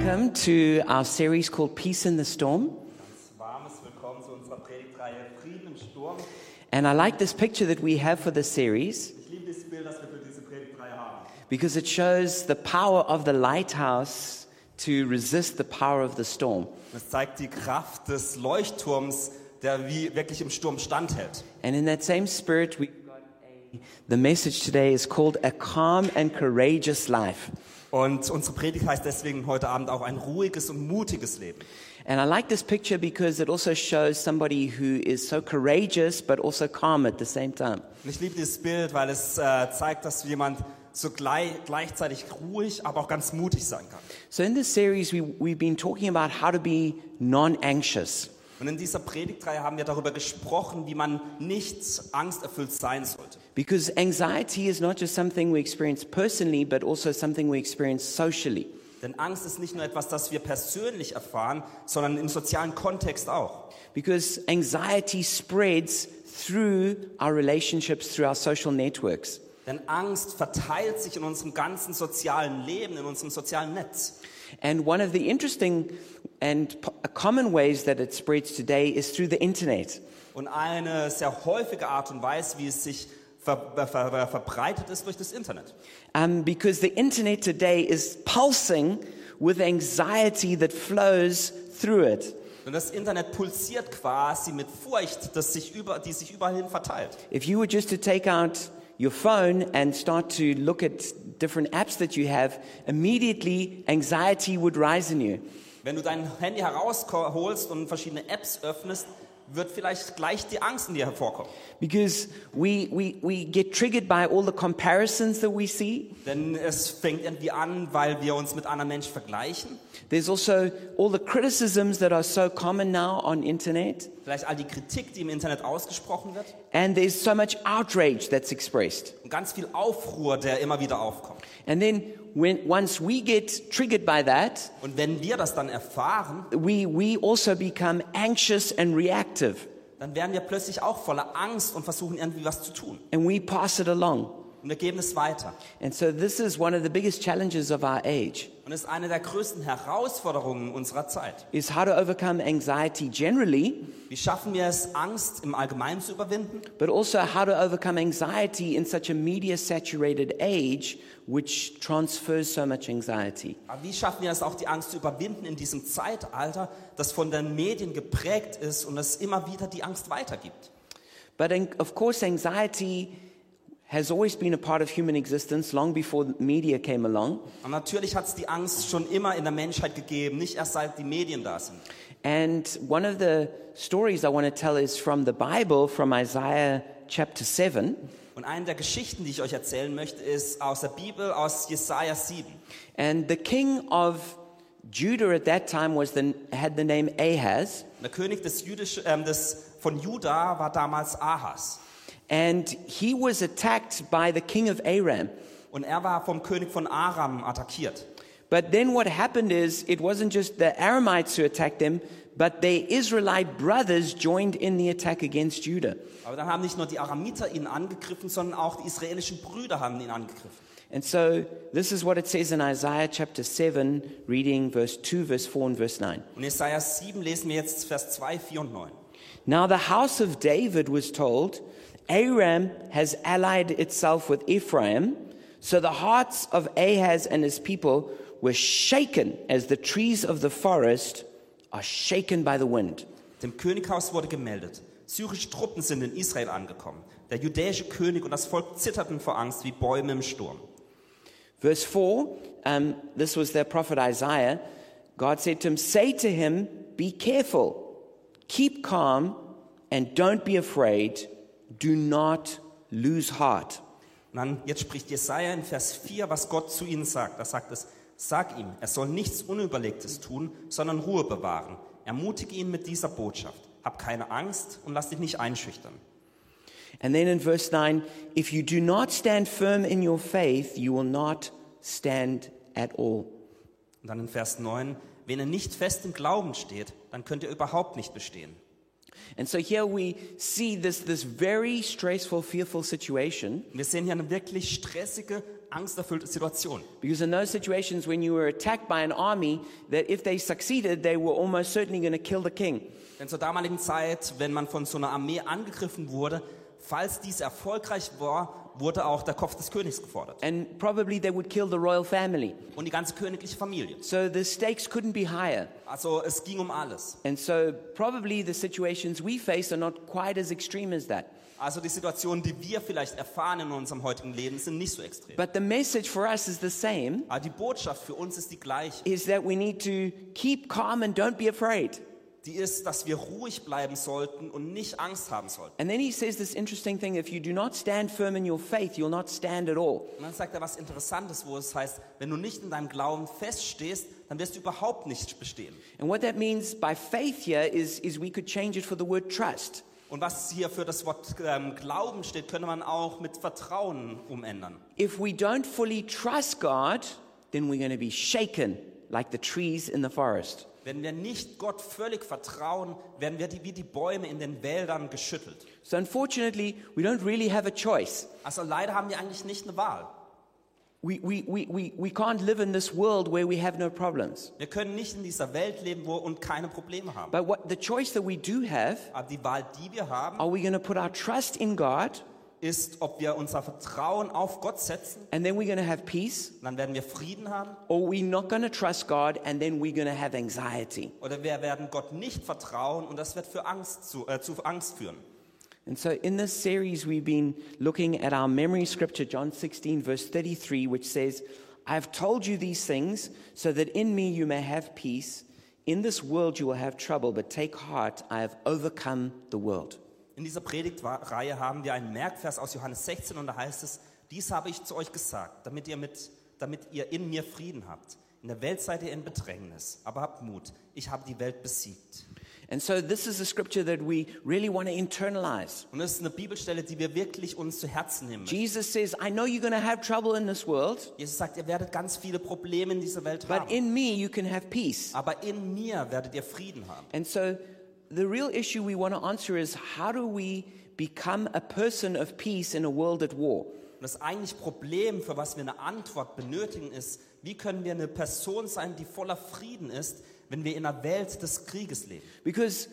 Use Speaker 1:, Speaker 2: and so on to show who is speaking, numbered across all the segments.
Speaker 1: welcome to our series called Peace in the Storm.
Speaker 2: Warmes Willkommen zu unserer Predigtreihe Frieden im Sturm.
Speaker 1: And I like this picture that we have for this series
Speaker 2: Ich liebe dieses Bild, das wir für diese Predigtreihe haben.
Speaker 1: because it shows the power of the lighthouse to resist the power of the storm.
Speaker 2: Es zeigt die Kraft des Leuchtturms, der wie wirklich im Sturm standhält.
Speaker 1: And in that same spirit, we the message today is called A Calm and Courageous Life.
Speaker 2: Und unsere Predigt heißt deswegen heute Abend auch ein ruhiges und mutiges Leben.
Speaker 1: And I like this picture because it also shows somebody who is so courageous but also calm at the same time.
Speaker 2: Und ich liebe dieses Bild, weil es äh, zeigt, dass jemand so gleich, gleichzeitig ruhig, aber auch ganz mutig sein kann.
Speaker 1: So in this series, we, we've been talking about how to be non-anxious.
Speaker 2: Und in dieser Predigtreihe haben wir darüber gesprochen, wie man nicht angsterfüllt sein sollte.
Speaker 1: Because anxiety is not just something we experience personally, but also something we experience socially.
Speaker 2: Denn Angst ist nicht nur etwas, das wir persönlich erfahren, sondern im sozialen Kontext auch.
Speaker 1: Because anxiety spreads through our relationships, through our social networks.
Speaker 2: Denn Angst verteilt sich in unserem ganzen sozialen Leben, in unserem sozialen Netz.
Speaker 1: And one of the interesting and p- common ways that it spreads today is through the internet.
Speaker 2: Und eine sehr häufige Art und Weise, wie es sich ver ver ver verbreitet ist durch das Internet.
Speaker 1: Um, because the internet today is pulsing with anxiety that flows through it.
Speaker 2: Und das Internet pulsiert quasi mit Furcht, das sich über, die sich überall hin verteilt.
Speaker 1: If you were just to take out your phone and start to look at different apps that you have, immediately anxiety would rise in you.
Speaker 2: Wenn du dein Handy herausholst und verschiedene Apps öffnest, wird vielleicht gleich die Angst in dir hervorkommen.
Speaker 1: Because we, we, we get triggered by all the comparisons that we see.
Speaker 2: Denn es fängt irgendwie an, weil wir uns mit anderen Menschen vergleichen.
Speaker 1: There's also all the criticisms that are so common now on internet.
Speaker 2: Vielleicht all die Kritik, die im Internet ausgesprochen wird.
Speaker 1: And there's so much outrage that's expressed.
Speaker 2: Und ganz viel Aufruhr, der immer wieder aufkommt.
Speaker 1: And then when, once we get triggered by that,
Speaker 2: Und wenn wir das dann erfahren,
Speaker 1: we, we also become anxious and reactive.
Speaker 2: dann werden wir plötzlich auch voller Angst und versuchen irgendwie was zu tun.
Speaker 1: And we pass it along.
Speaker 2: Und wir geben es weiter.
Speaker 1: And so this is one of the biggest challenges of our age
Speaker 2: Und es ist eine der größten Herausforderungen unserer Zeit.
Speaker 1: is how to overcome anxiety generally,
Speaker 2: Wie schaffen wir es, Angst im Allgemeinen zu überwinden?
Speaker 1: but also how to overcome anxiety in such a media saturated age which transfers so much anxiety.
Speaker 2: Aber wie schaffen wir es auch, die Angst zu überwinden in diesem Zeitalter, das von den Medien geprägt ist und es immer wieder die Angst weitergibt?
Speaker 1: But in, of course anxiety has always been a part of human existence long before the media came along.
Speaker 2: Und natürlich hat es die Angst schon immer in der Menschheit gegeben, nicht erst seit die Medien da sind.
Speaker 1: And one of the stories I want to tell is from the Bible from Isaiah chapter 7.
Speaker 2: Und eine der Geschichten, die ich euch erzählen möchte, ist aus der Bibel, aus Jesaja 7.
Speaker 1: And the king of Judah at that time was the, had the name Ahaz,
Speaker 2: Der König des Jüdisch, ähm, des, von Juda war damals Ahas.
Speaker 1: and he was attacked by the king of Aram.
Speaker 2: Und er war vom König von Aram attackiert.
Speaker 1: But then what happened is it wasn't just the Aramites who attacked them, but their Israelite brothers joined in the attack against Judah.
Speaker 2: Aber dann haben nicht nur die Aramiter ihn angegriffen, sondern auch die israelischen Brüder haben ihn angegriffen.
Speaker 1: And so this is what it says in Isaiah chapter 7, reading verse 2, verse 4, and verse 9.
Speaker 2: Und Jesaja 7 lesen wir jetzt Vers 2, 4 und 9.
Speaker 1: Now the house of David was told, Aram has allied itself with Ephraim. So the hearts of Ahaz and his people were shaken as the trees of the forest are shaken by the wind.
Speaker 2: Dem Könighaus wurde gemeldet. Syrische Truppen sind in Israel angekommen. Der jüdische König und das Volk zitterten vor Angst wie Bäume im Sturm.
Speaker 1: Verse 4, um, this was their prophet Isaiah. God said to him, Say to him, Be careful, keep calm, and don't be afraid. Do not lose heart.
Speaker 2: Und dann, jetzt spricht Jesaja in Vers 4, was Gott zu ihnen sagt. Da sagt es, sag ihm, er soll nichts Unüberlegtes tun, sondern Ruhe bewahren. Ermutige ihn mit dieser Botschaft. Hab keine Angst und lass dich nicht einschüchtern.
Speaker 1: And then in verse 9, if you do not stand firm in your faith, you will not stand at all.
Speaker 2: Und dann in Vers 9, wenn er nicht fest im Glauben steht, dann könnt ihr überhaupt nicht bestehen.
Speaker 1: And so here we see this, this very stressful, fearful situation.
Speaker 2: Wir sehen hier eine wirklich stressige, angsterfüllte Situation.
Speaker 1: Because in those situations, when you were attacked by an army, that if they succeeded, they were almost certainly going to kill the king.
Speaker 2: Denn zur damaligen Zeit, wenn man von so einer Armee angegriffen wurde, falls dies erfolgreich war, wurde auch der Kopf des Königs gefordert
Speaker 1: And probably they would kill the royal family.
Speaker 2: und die ganze königliche Familie.
Speaker 1: So the stakes couldn't be higher.
Speaker 2: Also es ging um alles.
Speaker 1: And so probably the situations we face are not quite as extreme as that.
Speaker 2: Also die Situationen, die wir vielleicht erfahren in unserem heutigen Leben, sind nicht so extrem.
Speaker 1: But the message for us is the same,
Speaker 2: Aber die Botschaft für uns ist die gleiche.
Speaker 1: is that we need to keep calm and don't be afraid.
Speaker 2: Die ist, dass wir ruhig bleiben sollten und nicht Angst haben sollten.
Speaker 1: And then he says this interesting thing, if you do not stand firm in your faith, you'll not stand at all.
Speaker 2: Und dann sagt er was Interessantes, wo es heißt, wenn du nicht in deinem Glauben feststehst, dann wirst du überhaupt nicht bestehen.
Speaker 1: And what that means by faith here is, is we could change it for the word trust.
Speaker 2: Und was hier für das Wort ähm, Glauben steht, könnte man auch mit Vertrauen umändern.
Speaker 1: If we don't fully trust God, then we're going to be shaken like the trees in the forest.
Speaker 2: Wenn wir nicht Gott völlig vertrauen, werden wir die, wie die Bäume in den Wäldern geschüttelt.
Speaker 1: So unfortunately, we don't really have a choice.
Speaker 2: Also leider haben wir eigentlich nicht eine Wahl.
Speaker 1: We, we, we, we, we can't live in this world where we have no problems.
Speaker 2: Wir können nicht in dieser Welt leben wo und keine Probleme haben.
Speaker 1: But what the choice that we do have,
Speaker 2: Aber die Wahl, die wir haben,
Speaker 1: are we going to put our trust in God
Speaker 2: ist, ob wir unser Vertrauen auf Gott setzen,
Speaker 1: and then we're going to have peace,
Speaker 2: dann werden wir Frieden haben,
Speaker 1: or we're not going to trust God and then we're going to have anxiety?
Speaker 2: oder wir werden Gott nicht vertrauen und das wird für Angst zu, äh, zu Angst führen.
Speaker 1: And so in this series, we've been looking at our memory scripture, John 16, verse 33, which says, I have told you these things so that in me you may have peace. In this world you will have trouble, but take heart, I have overcome the world.
Speaker 2: In dieser Predigtreihe haben wir einen Merkvers aus Johannes 16 und da heißt es, dies habe ich zu euch gesagt, damit ihr, mit, damit ihr in mir Frieden habt. In der Welt seid ihr in Bedrängnis, aber habt Mut, ich habe die Welt besiegt.
Speaker 1: And so this is a scripture that we really want to internalize.
Speaker 2: Und das ist eine Bibelstelle, die wir wirklich uns zu Herzen nehmen. müssen.
Speaker 1: Jesus says, I know you're going to have trouble in this world,
Speaker 2: Jesus sagt, ihr werdet ganz viele Probleme in dieser Welt
Speaker 1: but
Speaker 2: haben,
Speaker 1: in me you can have peace.
Speaker 2: aber in mir werdet ihr Frieden haben.
Speaker 1: And so the real issue we want to answer is how do we become a person of peace in a world at war?
Speaker 2: Und das eigentliche Problem, für was wir eine Antwort benötigen, ist, wie können wir eine Person sein, die voller Frieden ist, wenn wir in einer Welt des Krieges leben?
Speaker 1: Because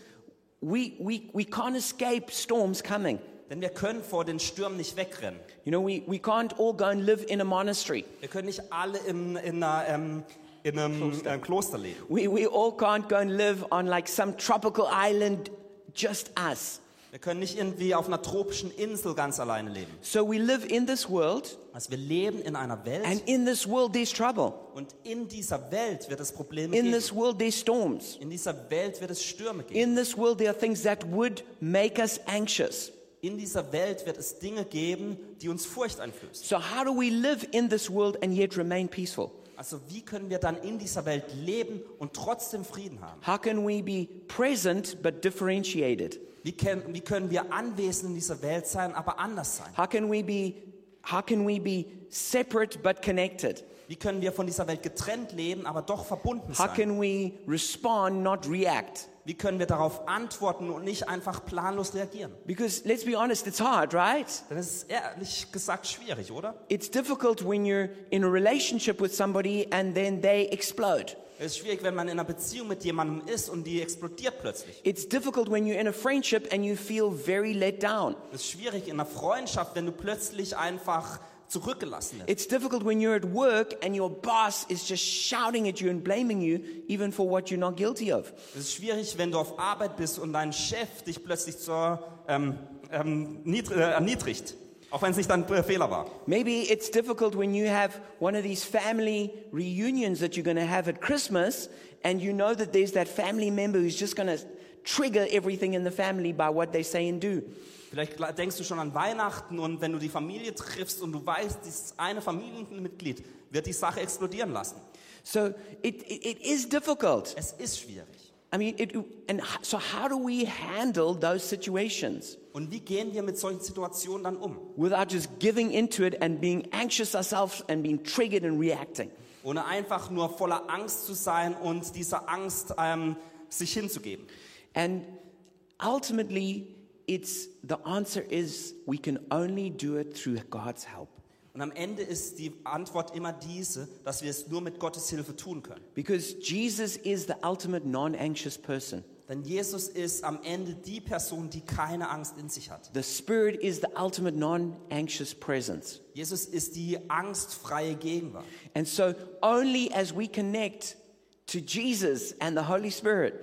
Speaker 1: we, we, we can't escape storms coming.
Speaker 2: Denn wir können vor den Stürmen nicht wegrennen.
Speaker 1: You know, we, we can't all go and live in a monastery.
Speaker 2: Wir können nicht alle in, in, einer, ähm, in einem Kloster. Äh, Kloster leben.
Speaker 1: We, we all can't go and live on like some tropical island, just us.
Speaker 2: Wir können nicht irgendwie auf einer tropischen Insel ganz alleine leben.
Speaker 1: So we live in this world,
Speaker 2: Also wir leben in einer Welt
Speaker 1: and in this world there's trouble.
Speaker 2: und in dieser Welt wird es Probleme
Speaker 1: In
Speaker 2: geben.
Speaker 1: this world there's storms.
Speaker 2: in dieser Welt wird es Stürme geben.
Speaker 1: In this world there are things that would make us anxious.
Speaker 2: in dieser Welt wird es Dinge geben, die uns Furcht einflößen.
Speaker 1: So how do we live in this world and yet remain peaceful?
Speaker 2: Also wie können wir dann in dieser Welt leben und trotzdem Frieden haben?
Speaker 1: How can we be present but differentiated?
Speaker 2: Wie können, wie können wir anwesend in dieser Welt sein, aber anders sein?
Speaker 1: How can we be how can we be separate but connected?
Speaker 2: Wie können wir von dieser Welt getrennt leben, aber doch verbunden
Speaker 1: How
Speaker 2: sein?
Speaker 1: can we respond not react?
Speaker 2: Wie können wir darauf antworten und nicht einfach planlos reagieren?
Speaker 1: Because let's be honest, it's hard, right?
Speaker 2: Denn es ist ehrlich gesagt schwierig, oder?
Speaker 1: It's difficult when you're in a relationship with somebody and then they explode.
Speaker 2: Es ist schwierig, wenn man in einer Beziehung mit jemandem ist und die explodiert plötzlich.
Speaker 1: It's difficult when you're in a friendship and you feel very let down.
Speaker 2: Es ist schwierig in einer Freundschaft, wenn du plötzlich einfach zurückgelassen wirst.
Speaker 1: It's difficult when you're at work and your boss is just shouting at you and blaming you even for what you're not guilty of.
Speaker 2: Es ist schwierig, wenn du auf Arbeit bist und dein Chef dich plötzlich zur, ähm, ähm, niedr äh, erniedrigt, auch wenn es nicht dein äh, Fehler war.
Speaker 1: Maybe it's difficult when you have one of these family reunions that you're going to have at Christmas and you know that there's that family member who's just going to trigger everything in the family by what they say and do.
Speaker 2: Vielleicht gla- denkst du schon an Weihnachten und wenn du die Familie triffst und du weißt, dieses eine Familienmitglied wird die Sache explodieren lassen.
Speaker 1: So it, it, it is difficult.
Speaker 2: Es ist schwierig.
Speaker 1: I mean, it, and h- so how do we handle those situations
Speaker 2: Und wie gehen wir mit solchen Situationen dann um?
Speaker 1: without just giving into it and being anxious ourselves and being triggered and reacting?
Speaker 2: Ohne einfach nur voller Angst zu sein und dieser Angst ähm, sich hinzugeben.
Speaker 1: And Ultimately, it's the answer is we can only do it through God's help.
Speaker 2: Und am Ende ist die Antwort immer diese, dass wir es nur mit Gottes Hilfe tun können.
Speaker 1: Because Jesus is the ultimate non-anxious person.
Speaker 2: Denn Jesus ist am Ende die Person, die keine Angst in sich hat.
Speaker 1: The Spirit is the ultimate non-anxious presence.
Speaker 2: Jesus ist die angstfreie Gegenwart.
Speaker 1: And so only as we connect to Jesus and the Holy Spirit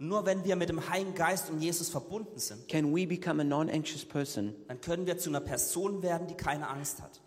Speaker 2: Nur wenn wir mit dem Heiligen Geist und Jesus verbunden sind,
Speaker 1: can we become a non-anxious person.
Speaker 2: dann können wir zu einer Person werden, die keine Angst hat.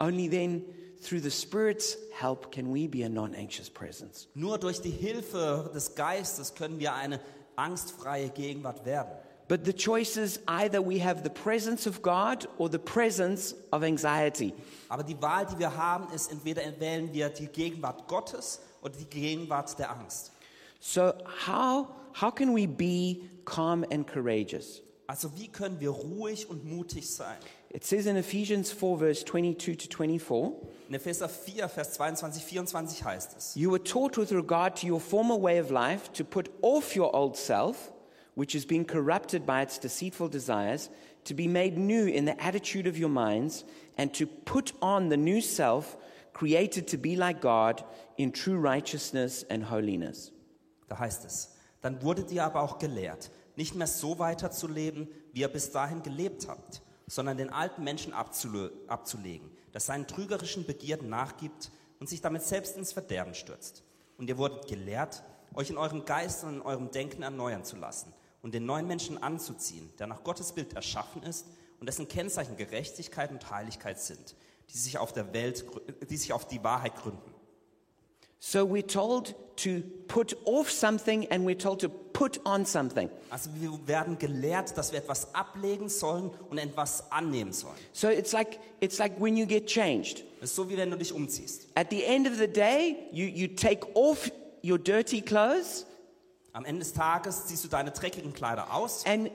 Speaker 1: Only then through the Spirit's help can we be a non-anxious presence.
Speaker 2: Nur durch die Hilfe des Geistes können wir eine angstfreie Gegenwart werden.
Speaker 1: But the choice is either we have the presence of God or the presence of anxiety.
Speaker 2: Aber die Wahl, die wir haben, ist entweder wählen wir die Gegenwart Gottes oder die Gegenwart der Angst.
Speaker 1: So how how can we be calm and courageous?
Speaker 2: Also wie können wir ruhig und mutig sein?
Speaker 1: It says in Ephesians 4 verse 22 to 24,
Speaker 2: In Epheser 4, Vers 22, 24 heißt es,
Speaker 1: you were taught with regard to your former way of life to put off your old self, which is being corrupted by its deceitful desires, to be made new in the attitude of your minds, and to put on the new self, created to be like God in true righteousness and holiness.
Speaker 2: da heißt es, dann wurdet ihr aber auch gelehrt, nicht mehr so weiterzuleben, wie ihr bis dahin gelebt habt, sondern den alten Menschen abzulö- abzulegen, das seinen trügerischen Begierden nachgibt und sich damit selbst ins Verderben stürzt. Und ihr wurdet gelehrt, euch in eurem Geist und in eurem Denken erneuern zu lassen und den neuen Menschen anzuziehen, der nach Gottes Bild erschaffen ist und dessen Kennzeichen Gerechtigkeit und Heiligkeit sind, die sich auf der Welt, grü- die sich auf die Wahrheit gründen.
Speaker 1: So we're told to put off something and we're told to put on something.
Speaker 2: Also wir werden gelehrt, dass wir etwas ablegen sollen und etwas annehmen sollen.
Speaker 1: So it's like, it's like when you get changed.
Speaker 2: Das ist so wie wenn du dich umziehst.
Speaker 1: At the end of the day, you, you take off your dirty clothes
Speaker 2: Am Ende des Tages ziehst du deine dreckigen Kleider aus
Speaker 1: and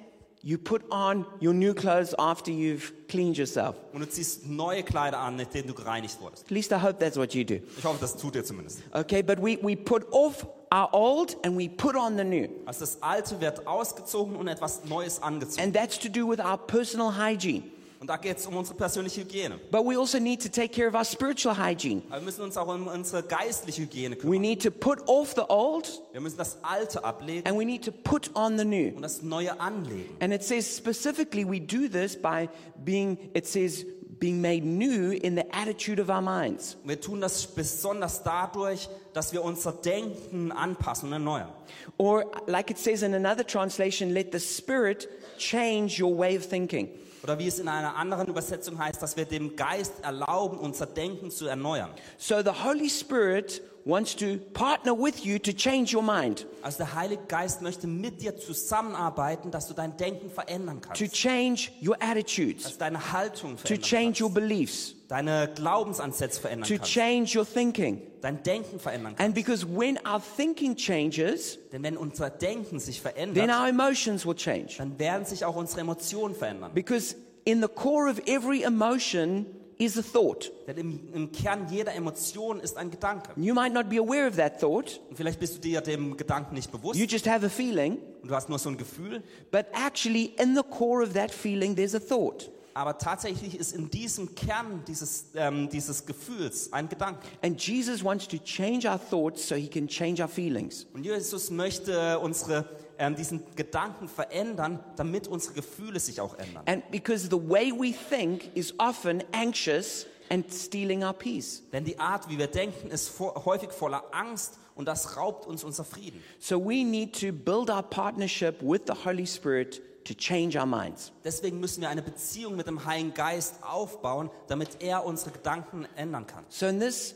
Speaker 1: you put on your new clothes after you've cleaned yourself.
Speaker 2: und du ziehst neue Kleider an, mit denen du gereinigt wurdest.
Speaker 1: At least I hope that's what you do.
Speaker 2: Ich hoffe, das tut ihr zumindest.
Speaker 1: Okay, but we, we put off our old and we put on the new.
Speaker 2: Also das Alte wird ausgezogen und etwas Neues angezogen.
Speaker 1: And that's to do with our personal hygiene.
Speaker 2: Und da geht es um unsere persönliche Hygiene.
Speaker 1: But we also need to take care of our spiritual hygiene.
Speaker 2: Aber wir müssen uns auch um unsere geistliche Hygiene kümmern.
Speaker 1: We need to put off the old
Speaker 2: Wir müssen das Alte ablegen
Speaker 1: and we need to put on the new.
Speaker 2: und das Neue anlegen.
Speaker 1: And it says specifically we do this by being, it says, being made new in the attitude of our minds.
Speaker 2: Und wir tun das besonders dadurch, dass wir unser Denken anpassen und erneuern.
Speaker 1: Or, like it says in another translation, let the Spirit change your way of thinking.
Speaker 2: Oder wie es in einer anderen Übersetzung heißt, dass wir dem Geist erlauben, unser Denken zu erneuern.
Speaker 1: So the Holy Spirit wants to partner with you to change your mind,
Speaker 2: Also der Heilige Geist möchte mit dir zusammenarbeiten, dass du dein Denken verändern kannst.
Speaker 1: to change your
Speaker 2: Dass
Speaker 1: attitudes,
Speaker 2: deine Haltung
Speaker 1: to
Speaker 2: verändern
Speaker 1: change your
Speaker 2: kannst.
Speaker 1: beliefs,
Speaker 2: Deine Glaubensansätze verändern
Speaker 1: to
Speaker 2: kannst.
Speaker 1: change your thinking.
Speaker 2: Dein Denken verändern kannst.
Speaker 1: And because when our thinking changes,
Speaker 2: Denn wenn unser Denken sich
Speaker 1: then
Speaker 2: verändert,
Speaker 1: our emotions will change.
Speaker 2: dann werden sich auch unsere Emotionen verändern.
Speaker 1: Because in the core of every emotion is a thought.
Speaker 2: Denn im, im Kern jeder Emotion ist ein Gedanke.
Speaker 1: You might not be aware of that thought,
Speaker 2: Und vielleicht bist du dir dem Gedanken nicht bewusst
Speaker 1: you just have a feeling,
Speaker 2: und du hast nur so ein Gefühl.
Speaker 1: but actually, in the core of that feeling, there's a thought.
Speaker 2: Aber tatsächlich ist in diesem Kern dieses, ähm, dieses Gefühls ein Gedanke.
Speaker 1: And Jesus wants to change our thoughts so he can change our feelings.
Speaker 2: Und Jesus möchte unsere, ähm, diesen Gedanken verändern, damit unsere Gefühle sich auch ändern.
Speaker 1: And because the way we think is often anxious and stealing our peace.
Speaker 2: Denn die Art, wie wir denken, ist vor, häufig voller Angst und das raubt uns unser Frieden.
Speaker 1: So we need to build our partnership with the Holy Spirit to change our minds.
Speaker 2: Deswegen müssen wir eine Beziehung mit dem Heiligen Geist aufbauen, damit er unsere Gedanken ändern kann.
Speaker 1: So in this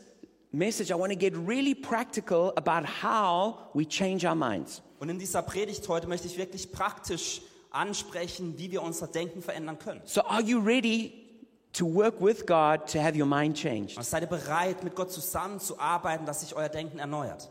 Speaker 1: message, I want to get really practical about how we change our minds.
Speaker 2: Und in dieser Predigt heute möchte ich wirklich praktisch ansprechen, wie wir unser Denken verändern können.
Speaker 1: So are you ready to work with God to have your mind changed?
Speaker 2: Und seid ihr bereit, mit Gott zusammenzuarbeiten, dass sich euer Denken erneuert?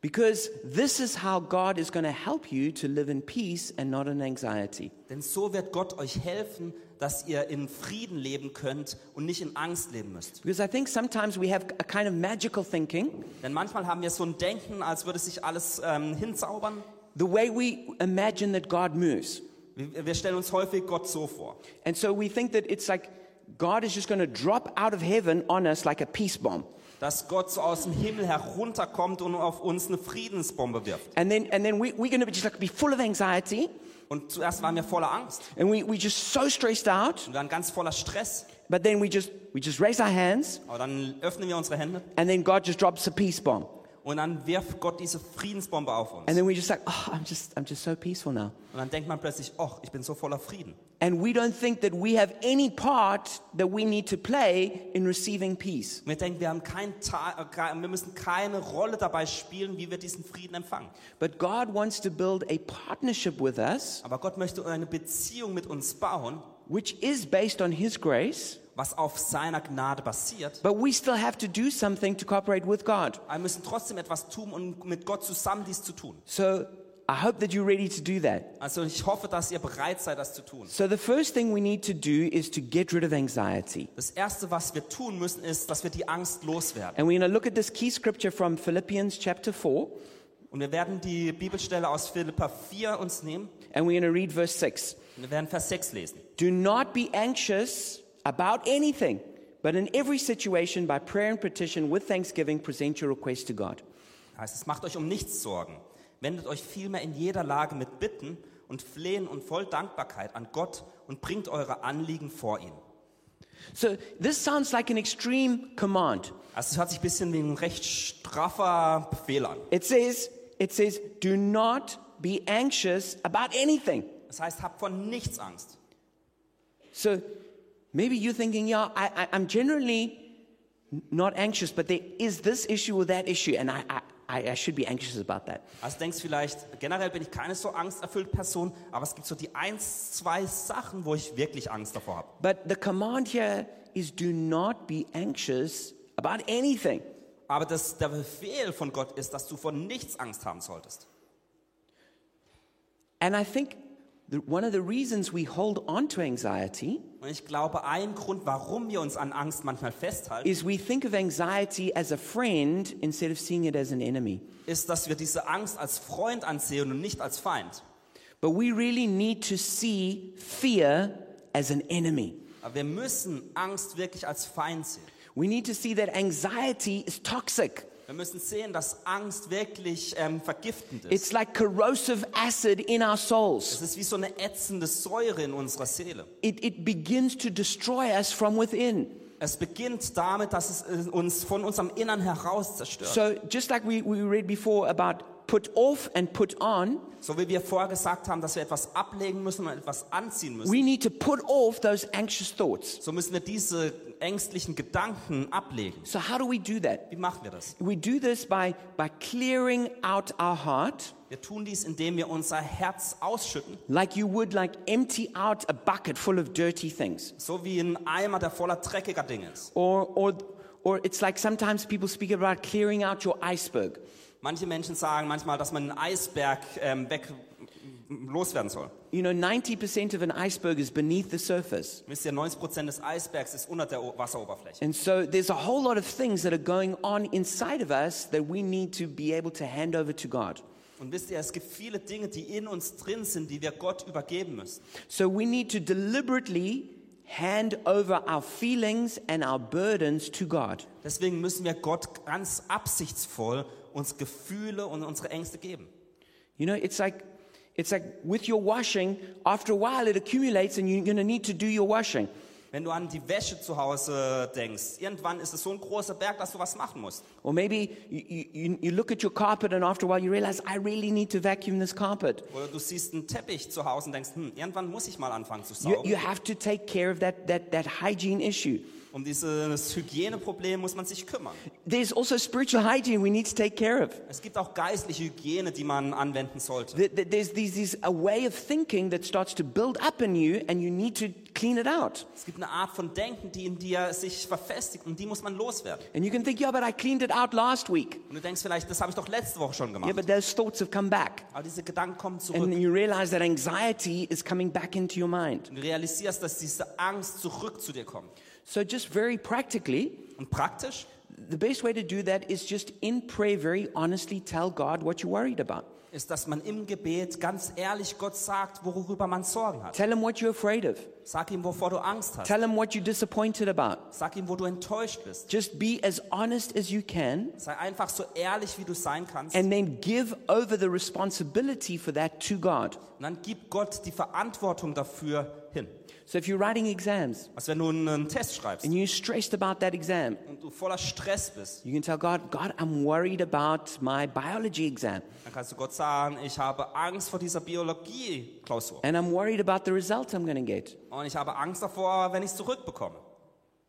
Speaker 1: Because this is how God is going to help you to live in peace and not in anxiety.
Speaker 2: Denn so wird Gott euch helfen, dass ihr in Frieden leben könnt und nicht in Angst leben müsst.
Speaker 1: Because I think sometimes we have a kind of magical thinking
Speaker 2: Denn manchmal haben wir so ein Denken, als würde sich alles ähm, hinzaubern.
Speaker 1: the way we imagine that God moves.
Speaker 2: Wir, wir stellen uns häufig Gott so vor.
Speaker 1: And so we think that it's like God is just going to drop out of heaven on us like a peace bomb.
Speaker 2: Dass Gott so aus dem Himmel herunterkommt und auf uns eine Friedensbombe wirft.
Speaker 1: And then, and then we, we're going to be just like be full of anxiety
Speaker 2: Und zuerst waren wir voller Angst
Speaker 1: and we, we're just so stressed out.
Speaker 2: und dann ganz voller Stress.
Speaker 1: But then we just, we just raise our hands
Speaker 2: Aber dann öffnen wir unsere Hände
Speaker 1: and then God just drops a peace bomb.
Speaker 2: und dann wirft Gott diese Friedensbombe auf uns.
Speaker 1: And then we're just like, oh, I'm just, I'm just so peaceful now.
Speaker 2: Und dann denkt man plötzlich, oh, ich bin so voller Frieden.
Speaker 1: And we don't think that we have any part that we need to play in receiving peace.
Speaker 2: Und wir denken, wir, haben kein Ta äh, ke- wir müssen keine Rolle dabei spielen, wie wir diesen Frieden empfangen.
Speaker 1: But God wants to build a partnership with us,
Speaker 2: Aber Gott möchte eine Beziehung mit uns bauen,
Speaker 1: which is based on His grace,
Speaker 2: was auf seiner Gnade basiert.
Speaker 1: but we still have to do something to cooperate with God.
Speaker 2: Aber wir müssen trotzdem etwas tun, um mit Gott zusammen dies zu tun.
Speaker 1: So I hope that you're ready to do that.
Speaker 2: Also ich hoffe, dass ihr bereit seid, das zu tun.
Speaker 1: So the first thing we need to do is to get rid of anxiety.
Speaker 2: Das Erste, was wir tun müssen, ist, dass wir die Angst loswerden.
Speaker 1: And we're going to look at this key scripture from Philippians chapter 4,
Speaker 2: Und wir werden die Bibelstelle aus Philippa 4 uns nehmen
Speaker 1: and we're going to read verse 6.
Speaker 2: und wir werden Vers 6 lesen.
Speaker 1: Do not be anxious about anything, but in every situation, by prayer and petition, with thanksgiving, present your request to God.
Speaker 2: heißt es, macht euch um nichts Sorgen. Wendet euch vielmehr in jeder Lage mit Bitten und Flehen und voll Dankbarkeit an Gott und bringt eure Anliegen vor ihn.
Speaker 1: So this sounds like an extreme command.
Speaker 2: Also es hört sich ein bisschen wie ein recht straffer Befehl an.
Speaker 1: It says, it says, do not be anxious about anything.
Speaker 2: Das heißt, habt von nichts Angst.
Speaker 1: So maybe you're thinking, yeah, I, I, I'm generally n- not anxious, but there is this issue or that issue, and I, I, I I should be anxious about that.
Speaker 2: Also denkst vielleicht, generell bin ich keine so angsterfüllte Person, aber es gibt so die eins, zwei Sachen, wo ich wirklich Angst davor habe.
Speaker 1: But the command here is do not be anxious about anything.
Speaker 2: Aber das, der Befehl von Gott ist, dass du von nichts Angst haben solltest.
Speaker 1: And I think that one of the reasons we hold on to anxiety
Speaker 2: Und ich glaube, ein Grund, warum wir uns an Angst manchmal festhalten,
Speaker 1: is we think of anxiety as a friend instead of seeing it as an enemy.
Speaker 2: ist, dass wir diese Angst als Freund ansehen und nicht als Feind.
Speaker 1: But we really need to see fear as an enemy.
Speaker 2: Aber wir müssen Angst wirklich als Feind sehen.
Speaker 1: We need to see that anxiety is toxic.
Speaker 2: Wir müssen sehen, dass Angst wirklich ähm, vergiftend ist.
Speaker 1: It's like corrosive acid in our
Speaker 2: Es
Speaker 1: souls.
Speaker 2: ist wie so eine ätzende Säure in unserer Seele.
Speaker 1: It, it begins to destroy us from within.
Speaker 2: Es beginnt damit, dass es äh, uns von unserem Innern heraus zerstört.
Speaker 1: So, just like we, we read before about put off and put on,
Speaker 2: So wie wir vorher gesagt haben, dass wir etwas ablegen müssen und etwas anziehen müssen.
Speaker 1: we need to put off those anxious thoughts.
Speaker 2: So müssen wir diese ängstlichen Gedanken ablegen.
Speaker 1: So, how do we do that?
Speaker 2: Wie machen wir das?
Speaker 1: We do this by, by clearing out our heart,
Speaker 2: Wir tun dies, indem wir unser Herz ausschütten,
Speaker 1: like you would like empty out a bucket full of dirty things.
Speaker 2: so wie ein Eimer, der voller dreckiger Dinge ist.
Speaker 1: Or, or, or it's like sometimes people speak about clearing out your iceberg.
Speaker 2: Manche Menschen sagen manchmal, dass man einen Eisberg ähm, weg m- loswerden soll.
Speaker 1: You know, 90% of an iceberg is beneath the surface.
Speaker 2: Wisst ihr, 90 Prozent des Eisbergs ist unter der o Wasseroberfläche.
Speaker 1: And so there's a whole lot of things that are going on inside of us that we need to be able to hand over to God.
Speaker 2: Und wisst ihr, es gibt viele Dinge, die in uns drin sind, die wir Gott übergeben müssen.
Speaker 1: So we need to deliberately hand over our feelings and our burdens to God.
Speaker 2: Deswegen müssen wir Gott ganz absichtsvoll uns Gefühle und unsere Ängste geben.
Speaker 1: You know, it's like it's like with your washing, after a while it accumulates and you're going to need to do your washing.
Speaker 2: Wenn du an die Wäsche zu Hause denkst, irgendwann ist es so ein großer Berg, dass du was machen musst.
Speaker 1: Or maybe you- you, you, you look at your carpet and after a while you realize, I really need to vacuum this carpet.
Speaker 2: Oder du siehst einen Teppich zu Hause und denkst, hm, irgendwann muss ich mal anfangen zu
Speaker 1: You, you
Speaker 2: saugen.
Speaker 1: have to take care of that, that, that hygiene issue.
Speaker 2: Um dieses Hygieneproblem muss man sich kümmern.
Speaker 1: There's also spiritual hygiene we need to take care of.
Speaker 2: Es gibt auch geistliche Hygiene, die man anwenden sollte.
Speaker 1: There- there- There's these, these, a way of thinking that starts to build up in you and you need to clean it out.
Speaker 2: Es gibt eine Art von Denken, die in dir sich verfestigt und die muss man loswerden.
Speaker 1: And you can think, yeah, but I cleaned it out last week.
Speaker 2: Und du denkst vielleicht, das habe ich doch letzte Woche schon
Speaker 1: Yeah,
Speaker 2: gemacht.
Speaker 1: but those thoughts have come back.
Speaker 2: Aber diese Gedanken kommen zurück.
Speaker 1: And you realize that anxiety is coming back into your mind.
Speaker 2: Und du realisierst, dass diese Angst zurück zu dir kommt.
Speaker 1: So, just very practically,
Speaker 2: Und praktisch,
Speaker 1: the best way to do that is just in prayer, very honestly tell God what you're worried about.
Speaker 2: ist, dass man im Gebet ganz ehrlich Gott sagt, worüber man Sorgen hat.
Speaker 1: Tell Him what you're afraid of.
Speaker 2: Sag ihm, wovor du Angst hast.
Speaker 1: Tell Him what you're disappointed about.
Speaker 2: Sag ihm, wo du enttäuscht bist.
Speaker 1: Just be as honest as you can
Speaker 2: Sei einfach so ehrlich, wie du sein kannst. Und
Speaker 1: and then give over the responsibility for that to God.
Speaker 2: dann gib Gott die Verantwortung dafür hin.
Speaker 1: So if you're writing exams
Speaker 2: Also wenn du einen Test schreibst
Speaker 1: and you're stressed about that exam,
Speaker 2: und du voller Stress bist,
Speaker 1: you can tell God, God, I'm worried about my biology exam
Speaker 2: dann kannst du Gott sagen, ich habe Angst vor dieser Biologie-Klausur.
Speaker 1: and I'm worried about the result I'm going to get
Speaker 2: Und ich habe Angst davor, wenn ich es zurückbekomme.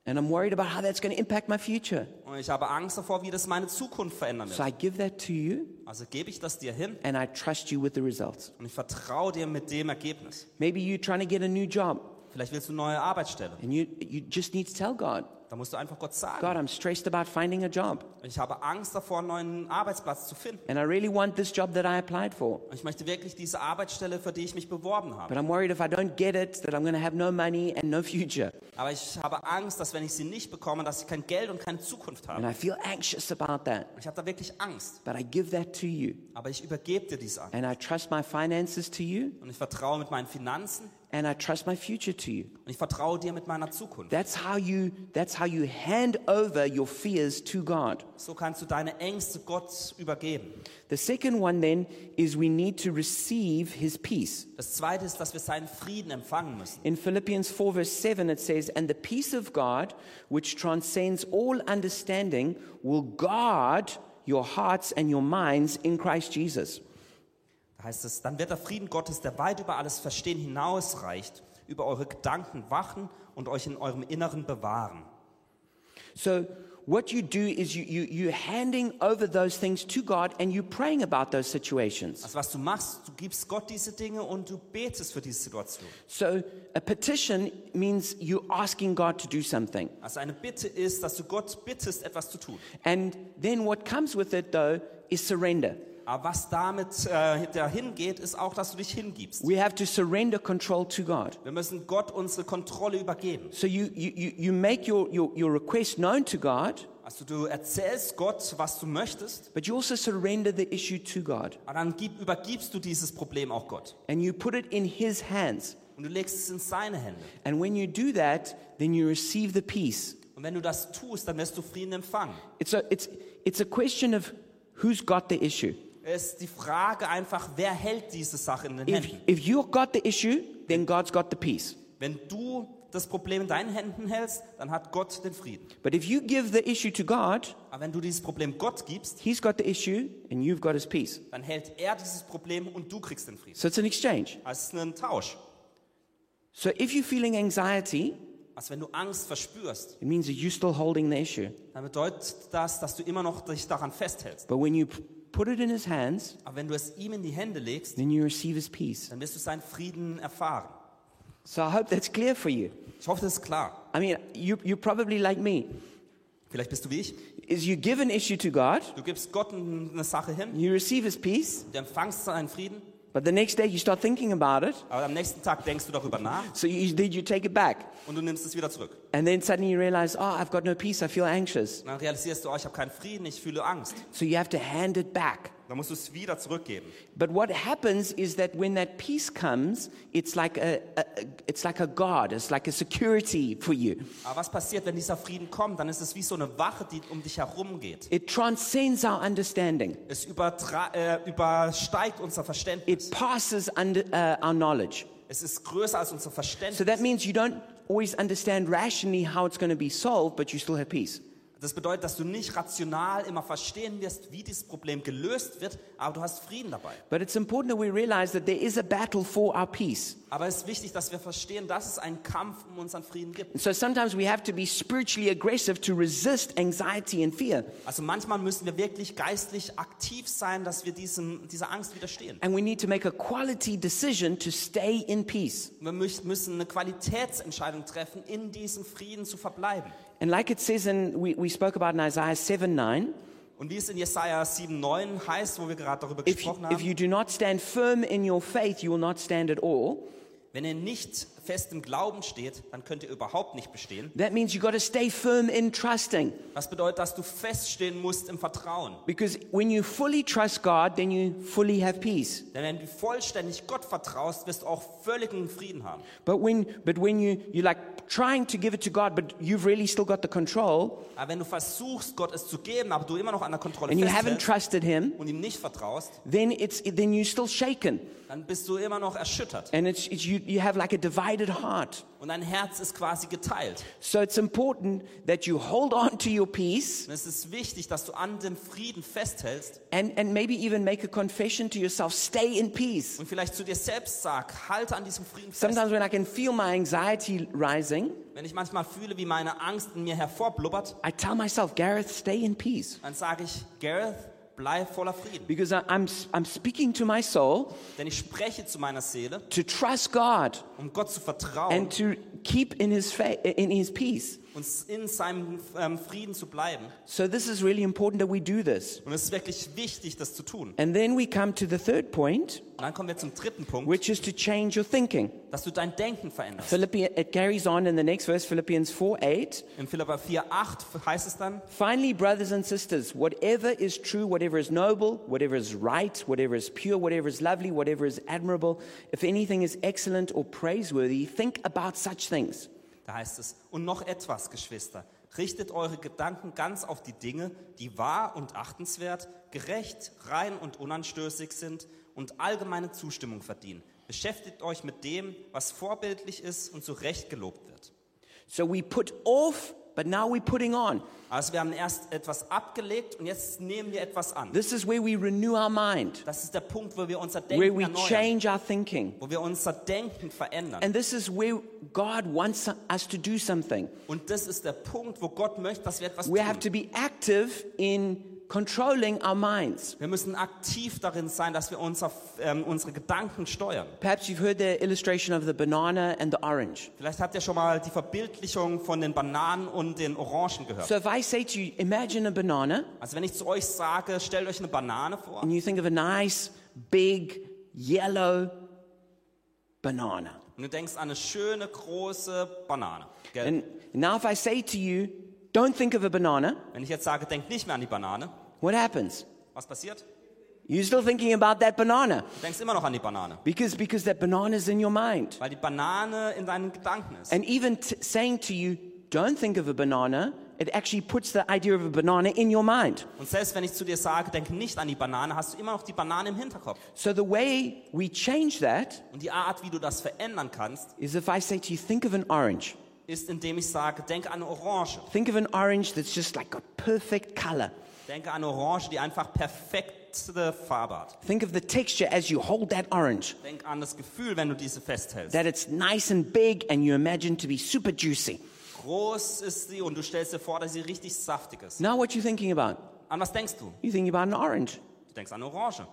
Speaker 1: and I'm worried about how that's going to impact my future.
Speaker 2: Und ich habe Angst davor, wie das meine Zukunft verändern
Speaker 1: So
Speaker 2: wird.
Speaker 1: I give that to you
Speaker 2: Also gebe ich das dir hin
Speaker 1: and I trust you with the results.
Speaker 2: und ich vertraue dir mit dem Ergebnis.
Speaker 1: Maybe you're trying to get a new job
Speaker 2: Vielleicht willst du eine neue Arbeitsstelle.
Speaker 1: and you, you just need to tell God,
Speaker 2: Da musst du einfach Gott
Speaker 1: God,
Speaker 2: sagen,
Speaker 1: I'm stressed about finding a job
Speaker 2: ich habe Angst davor, einen neuen Arbeitsplatz zu finden.
Speaker 1: and I really want this job that I applied for.
Speaker 2: Und ich möchte wirklich diese Arbeitsstelle, für die ich mich beworben habe.
Speaker 1: But I'm worried if I don't get it that I'm going to have no money and no future.
Speaker 2: Aber ich habe Angst, dass wenn ich sie nicht bekomme, dass ich kein Geld und keine Zukunft
Speaker 1: And
Speaker 2: habe.
Speaker 1: I feel anxious about that.
Speaker 2: Ich habe da wirklich Angst.
Speaker 1: But I give that to you
Speaker 2: Aber ich übergebe dir dies an.
Speaker 1: and I trust my finances to you
Speaker 2: Und ich vertraue mit meinen Finanzen
Speaker 1: and I trust my future to you.
Speaker 2: und ich vertraue dir mit meiner Zukunft.
Speaker 1: That's how you that's how you hand over your fears to God.
Speaker 2: So kannst du deine Ängste Gott übergeben.
Speaker 1: The second one then is we need to receive his peace.
Speaker 2: Das zweite ist, dass wir seinen Frieden empfangen müssen.
Speaker 1: In Philippians 4, verse 7, it says, And the peace of God, which transcends all understanding, will guard your hearts and your minds in Christ Jesus.
Speaker 2: Da heißt es, dann wird der Frieden Gottes, der weit über alles Verstehen hinausreicht, über eure Gedanken wachen und euch in eurem Inneren bewahren.
Speaker 1: So, what you do is you, you, you're handing over those things to God and you're praying about those situations.
Speaker 2: Also was du machst, du gibst Gott diese Dinge und du betest für diese Situation.
Speaker 1: So, a petition means you're asking God to do something.
Speaker 2: Also eine Bitte ist, dass du Gott bittest, etwas zu tun.
Speaker 1: And then what comes with it, though, is surrender.
Speaker 2: Aber was damit äh, dahin geht, ist auch, dass du dich hingibst.
Speaker 1: We have to surrender control to God.
Speaker 2: Wir müssen Gott unsere Kontrolle übergeben.
Speaker 1: So, you, you, you- you make your, your, your request known to God.
Speaker 2: Also du erzählst Gott, was du möchtest,
Speaker 1: But you also surrender the issue to God
Speaker 2: aber dann gib, übergibst du dieses Problem auch Gott.
Speaker 1: and you put it in His hands.
Speaker 2: Und du legst es in seine Hände.
Speaker 1: And when you do that, then you receive the peace.
Speaker 2: Und wenn du das tust, dann wirst du Frieden empfangen.
Speaker 1: It's a, it's, it's a question of who's got the issue.
Speaker 2: Es ist die Frage einfach, wer hält diese Sache in den
Speaker 1: If,
Speaker 2: Händen?
Speaker 1: if you've got the issue, then God's got the peace.
Speaker 2: Wenn du das Problem in deinen Händen hältst, dann hat Gott den Frieden.
Speaker 1: But if you give the issue to God,
Speaker 2: Aber wenn du dieses Problem Gott gibst,
Speaker 1: He's got the issue and you've got His peace.
Speaker 2: dann hält er dieses Problem und du kriegst den Frieden.
Speaker 1: So it's an exchange.
Speaker 2: Also es ist ein Tausch.
Speaker 1: So if you're feeling anxiety,
Speaker 2: Also wenn du Angst verspürst,
Speaker 1: it means that you're still holding the issue.
Speaker 2: dann bedeutet das, dass du immer noch dich daran festhältst.
Speaker 1: But when you p- put it in His hands,
Speaker 2: Aber wenn du es ihm in die Hände legst,
Speaker 1: then you receive His peace.
Speaker 2: dann wirst du seinen Frieden erfahren.
Speaker 1: So I hope that's clear for you.
Speaker 2: Ich hoffe, das ist klar.
Speaker 1: I mean, you, you're probably like me.
Speaker 2: Vielleicht bist du wie ich.
Speaker 1: Is you give an issue to God,
Speaker 2: Du gibst Gott eine Sache hin,
Speaker 1: you receive His peace,
Speaker 2: du empfangst seinen Frieden,
Speaker 1: but the next day you start thinking about it,
Speaker 2: aber am nächsten Tag denkst du darüber nach
Speaker 1: so you, then you take it back,
Speaker 2: und du nimmst es wieder zurück.
Speaker 1: and then suddenly you realize, oh, I've got no peace, I feel anxious.
Speaker 2: Und dann realisierst du, oh, ich habe keinen Frieden, ich fühle Angst.
Speaker 1: So you have to hand it back.
Speaker 2: Dann musst du es wieder zurückgeben.
Speaker 1: But what happens is that when that peace comes, it's like a, a a- it's like a guard, it's like a security for you.
Speaker 2: Aber was passiert, wenn dieser Frieden kommt? Dann ist es wie so eine Wache, die um dich herum geht.
Speaker 1: It transcends our understanding.
Speaker 2: Es übertra- äh, übersteigt unser Verständnis.
Speaker 1: It passes under uh, our knowledge.
Speaker 2: Es ist größer als unser
Speaker 1: So
Speaker 2: Verständnis.
Speaker 1: that means you don't always understand rationally how it's going to be solved, but you still have peace.
Speaker 2: Das bedeutet, dass du nicht rational immer verstehen wirst, wie dieses Problem gelöst wird, aber du hast Frieden dabei.
Speaker 1: But it's important that we realize that there is a battle for our peace.
Speaker 2: Aber es ist wichtig, dass wir verstehen, dass es einen Kampf um unseren Frieden gibt.
Speaker 1: And so sometimes we have to be spiritually aggressive to resist anxiety and fear.
Speaker 2: Also manchmal müssen wir wirklich geistlich aktiv sein, dass wir diesem, dieser Angst widerstehen.
Speaker 1: And we need to make a quality decision to stay in peace.
Speaker 2: Wir mü- müssen eine Qualitätsentscheidung treffen, in diesem Frieden zu verbleiben.
Speaker 1: And like it says in, we, we spoke about in Isaiah 7 9,
Speaker 2: Und wie es in Jesaja 7,9 heißt, wo wir gerade darüber
Speaker 1: if you,
Speaker 2: gesprochen
Speaker 1: if
Speaker 2: haben,
Speaker 1: you do not stand firm in your faith, you will not stand at all.
Speaker 2: wenn ihr nicht fest im Glauben steht, dann könnt ihr überhaupt nicht bestehen.
Speaker 1: That means you got to stay firm in trusting.
Speaker 2: Was bedeutet, dass du feststehen musst im Vertrauen.
Speaker 1: Because when you fully trust God, then you fully have peace.
Speaker 2: Denn wenn du vollständig Gott vertraust, wirst du auch völligen Frieden haben.
Speaker 1: But when, but when you, you're like trying to give it to God, but you've really still got the control
Speaker 2: Aber wenn du versuchst, Gott es zu geben, aber du immer noch an der Kontrolle
Speaker 1: and you haven't
Speaker 2: festhältst
Speaker 1: trusted Him,
Speaker 2: und ihm nicht vertraust,
Speaker 1: then it's, then you're still shaken.
Speaker 2: dann bist du immer noch erschüttert.
Speaker 1: And it's, it's you, you have like a divided heart.
Speaker 2: Und dein Herz ist quasi geteilt.
Speaker 1: So it's important that you hold on to your peace
Speaker 2: Und es ist wichtig, dass du an dem Frieden festhältst
Speaker 1: and, and maybe even make a confession to yourself. Stay in peace.
Speaker 2: und vielleicht zu dir selbst sag, halte an diesem Frieden fest.
Speaker 1: Sometimes when I can feel my anxiety rising,
Speaker 2: Wenn ich manchmal fühle, wie meine Angst in mir hervorblubbert,
Speaker 1: I tell myself, Gareth, stay in peace.
Speaker 2: dann sage ich, Gareth, bleib voller Frieden.
Speaker 1: Because I, I'm, I'm speaking to my soul
Speaker 2: Denn ich spreche zu meiner Seele,
Speaker 1: to trust God
Speaker 2: um Gott zu
Speaker 1: and
Speaker 2: vertrauen
Speaker 1: to keep in his, fa- in his peace.
Speaker 2: und in seinem ähm, Frieden zu bleiben.
Speaker 1: So this is really important that we do this.
Speaker 2: Und es ist wirklich wichtig, das zu tun.
Speaker 1: And then we come to the third point,
Speaker 2: Und dann kommen wir zum dritten Punkt,
Speaker 1: which is to change your thinking.
Speaker 2: dass du dein Denken veränderst.
Speaker 1: Philippians, it carries on in the next verse, Philippians 4 8.
Speaker 2: In Philippa 4,8 heißt es dann,
Speaker 1: Finally, brothers and sisters, whatever is true, whatever is noble, whatever is right, whatever is pure, whatever is lovely, whatever is admirable, if anything is excellent or praiseworthy, think about such things.
Speaker 2: Da heißt es, und noch etwas, Geschwister, richtet eure Gedanken ganz auf die Dinge, die wahr und achtenswert, gerecht, rein und unanstößig sind und allgemeine Zustimmung verdienen. Beschäftigt euch mit dem, was vorbildlich ist und zu Recht gelobt wird.
Speaker 1: So we put off, but now we're putting on.
Speaker 2: Also wir haben erst etwas abgelegt und jetzt nehmen wir etwas an.
Speaker 1: This is where we renew our mind,
Speaker 2: Das ist der Punkt, wo wir unser
Speaker 1: where
Speaker 2: Denken
Speaker 1: we
Speaker 2: erneuern,
Speaker 1: change our thinking.
Speaker 2: wo wir unser Denken verändern.
Speaker 1: And this is where God wants us to do something.
Speaker 2: Und das ist der Punkt, wo Gott möchte, dass wir etwas
Speaker 1: We have to
Speaker 2: tun.
Speaker 1: be active in controlling our minds.
Speaker 2: Wir müssen aktiv darin sein, dass wir unser, ähm, unsere Gedanken steuern.
Speaker 1: Perhaps you've heard the illustration of the banana and the orange.
Speaker 2: Vielleicht habt ihr schon mal die Verbildlichung von den Bananen und den Orangen gehört.
Speaker 1: So if I say to you, imagine a banana,
Speaker 2: Also wenn ich zu euch sage, stellt euch eine Banane vor,
Speaker 1: and you think of a nice, big, yellow banana.
Speaker 2: und du denkst an eine schöne, große Banane. Gell?
Speaker 1: And now if I say to you, don't think of a banana,
Speaker 2: Wenn ich jetzt sage, denkt nicht mehr an die Banane,
Speaker 1: what happens?
Speaker 2: was passiert?
Speaker 1: You're still thinking about that banana
Speaker 2: Du denkst immer noch an die Banane,
Speaker 1: because, because that banana is in your mind.
Speaker 2: weil die Banane in deinen Gedanken ist.
Speaker 1: And even t- saying to you, don't think of a banana, it actually puts the idea of a banana in your mind.
Speaker 2: Und selbst wenn ich zu dir sage, denk nicht an die Banane, hast du immer noch die Banane im Hinterkopf.
Speaker 1: So the way we change that
Speaker 2: Und die Art, wie du das verändern kannst,
Speaker 1: is if I say to you, think of an orange.
Speaker 2: ist, indem ich sage, denk an eine Orange.
Speaker 1: Think of an orange that's just like a perfect color.
Speaker 2: Denke an eine Orange, die einfach perfekte Farbe hat.
Speaker 1: Think of the texture as you hold that orange,
Speaker 2: Denk an das Gefühl, wenn du diese festhältst.
Speaker 1: that it's nice and big and you imagine to be super juicy.
Speaker 2: Groß ist sie und du stellst dir vor, dass sie richtig saftig ist.
Speaker 1: Now what you're thinking about?
Speaker 2: An was denkst du?
Speaker 1: You're thinking about an orange.
Speaker 2: Du denkst an eine Orange.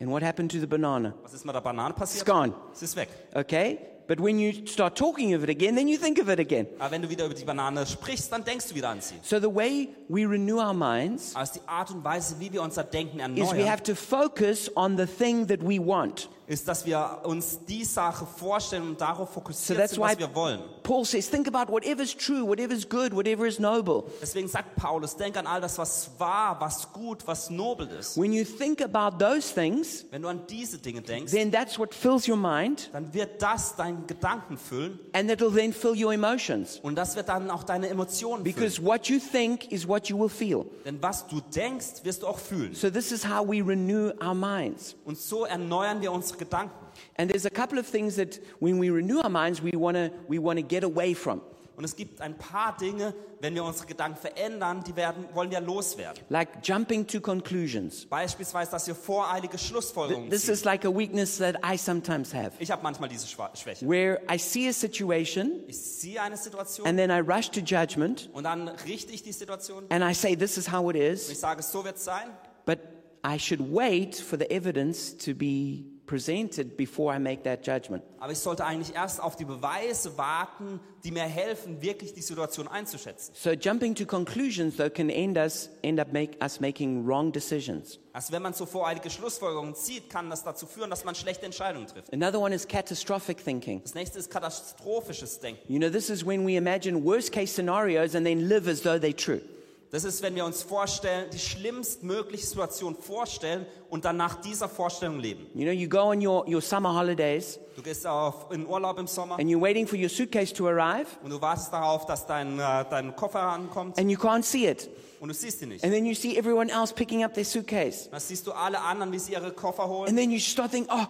Speaker 1: And what happened to the banana?
Speaker 2: Was ist mit der Banane
Speaker 1: It's
Speaker 2: passiert?
Speaker 1: gone.
Speaker 2: Sie ist weg.
Speaker 1: Okay? But when you start talking of it again, then you think of it again.
Speaker 2: Aber wenn du wieder über die Banane sprichst, dann denkst du wieder an sie.
Speaker 1: So the way we renew our minds
Speaker 2: Aber es ist die Art und Weise, wie wir unser Denken
Speaker 1: is we
Speaker 2: erneuern,
Speaker 1: have to focus on the thing that we want.
Speaker 2: ist, dass wir uns die Sache vorstellen und darauf
Speaker 1: So
Speaker 2: fokussiert
Speaker 1: that's
Speaker 2: sind, was
Speaker 1: why-
Speaker 2: wir wollen.
Speaker 1: Paul says, think about whatever's true, whatever's good, whatever is noble.
Speaker 2: Deswegen sagt Paulus, denk an all das, was wahr, was gut, was nobel ist.
Speaker 1: When you think about those things,
Speaker 2: Wenn du an diese Dinge denkst,
Speaker 1: then that's what fills your mind
Speaker 2: dann wird das deinen Gedanken füllen
Speaker 1: and that'll then fill your emotions.
Speaker 2: und das wird dann auch deine Emotionen füllen.
Speaker 1: Because what you think is what you will feel.
Speaker 2: Denn was du denkst, wirst du auch fühlen.
Speaker 1: So this is how we renew our minds.
Speaker 2: Und so erneuern wir unsere Gedanken.
Speaker 1: And there's a couple of things that when we renew our minds, we want to we wanna get away from.
Speaker 2: Und es gibt ein paar Dinge, wenn wir unsere Gedanken verändern, die werden, wollen wir loswerden.
Speaker 1: Like jumping to conclusions.
Speaker 2: Beispielsweise, dass wir voreilige Schlussfolgerungen
Speaker 1: This
Speaker 2: ziehen.
Speaker 1: is like a weakness that I sometimes have.
Speaker 2: Ich habe manchmal diese Schwa- Schwäche.
Speaker 1: where I see a situation
Speaker 2: Ich sehe eine Situation
Speaker 1: and then I rush to judgment
Speaker 2: und dann richte ich die Situation. Und
Speaker 1: and I say, this is how it is,
Speaker 2: ich sage, so wird es sein.
Speaker 1: but I should wait for the evidence to be presented before I make that judgment.
Speaker 2: Aber ich sollte eigentlich erst auf die Beweise warten, die mir helfen, wirklich die Situation einzuschätzen.
Speaker 1: So jumping to conclusions though can end us end up make us making wrong decisions.
Speaker 2: Also wenn man so voreilige Schlussfolgerungen zieht, kann das dazu führen, dass man schlechte Entscheidungen trifft.
Speaker 1: Another one is catastrophic thinking.
Speaker 2: Das nächste ist katastrophisches Denken.
Speaker 1: You know, this is when we imagine worst case scenarios and then live as though they're true.
Speaker 2: Das ist, wenn wir uns vorstellen, die schlimmstmögliche Situation vorstellen und dann nach dieser Vorstellung leben.
Speaker 1: You know, you go on your, your summer holidays
Speaker 2: Du gehst auf, in Urlaub im Sommer
Speaker 1: and you're waiting for your suitcase to arrive
Speaker 2: und du wartest darauf, dass dein, äh, dein Koffer ankommt
Speaker 1: and you can't see it.
Speaker 2: und du siehst ihn nicht.
Speaker 1: And then you see everyone else picking up their suitcase.
Speaker 2: Dann siehst du alle anderen, wie sie ihre Koffer holen.
Speaker 1: And then you start thinking, oh,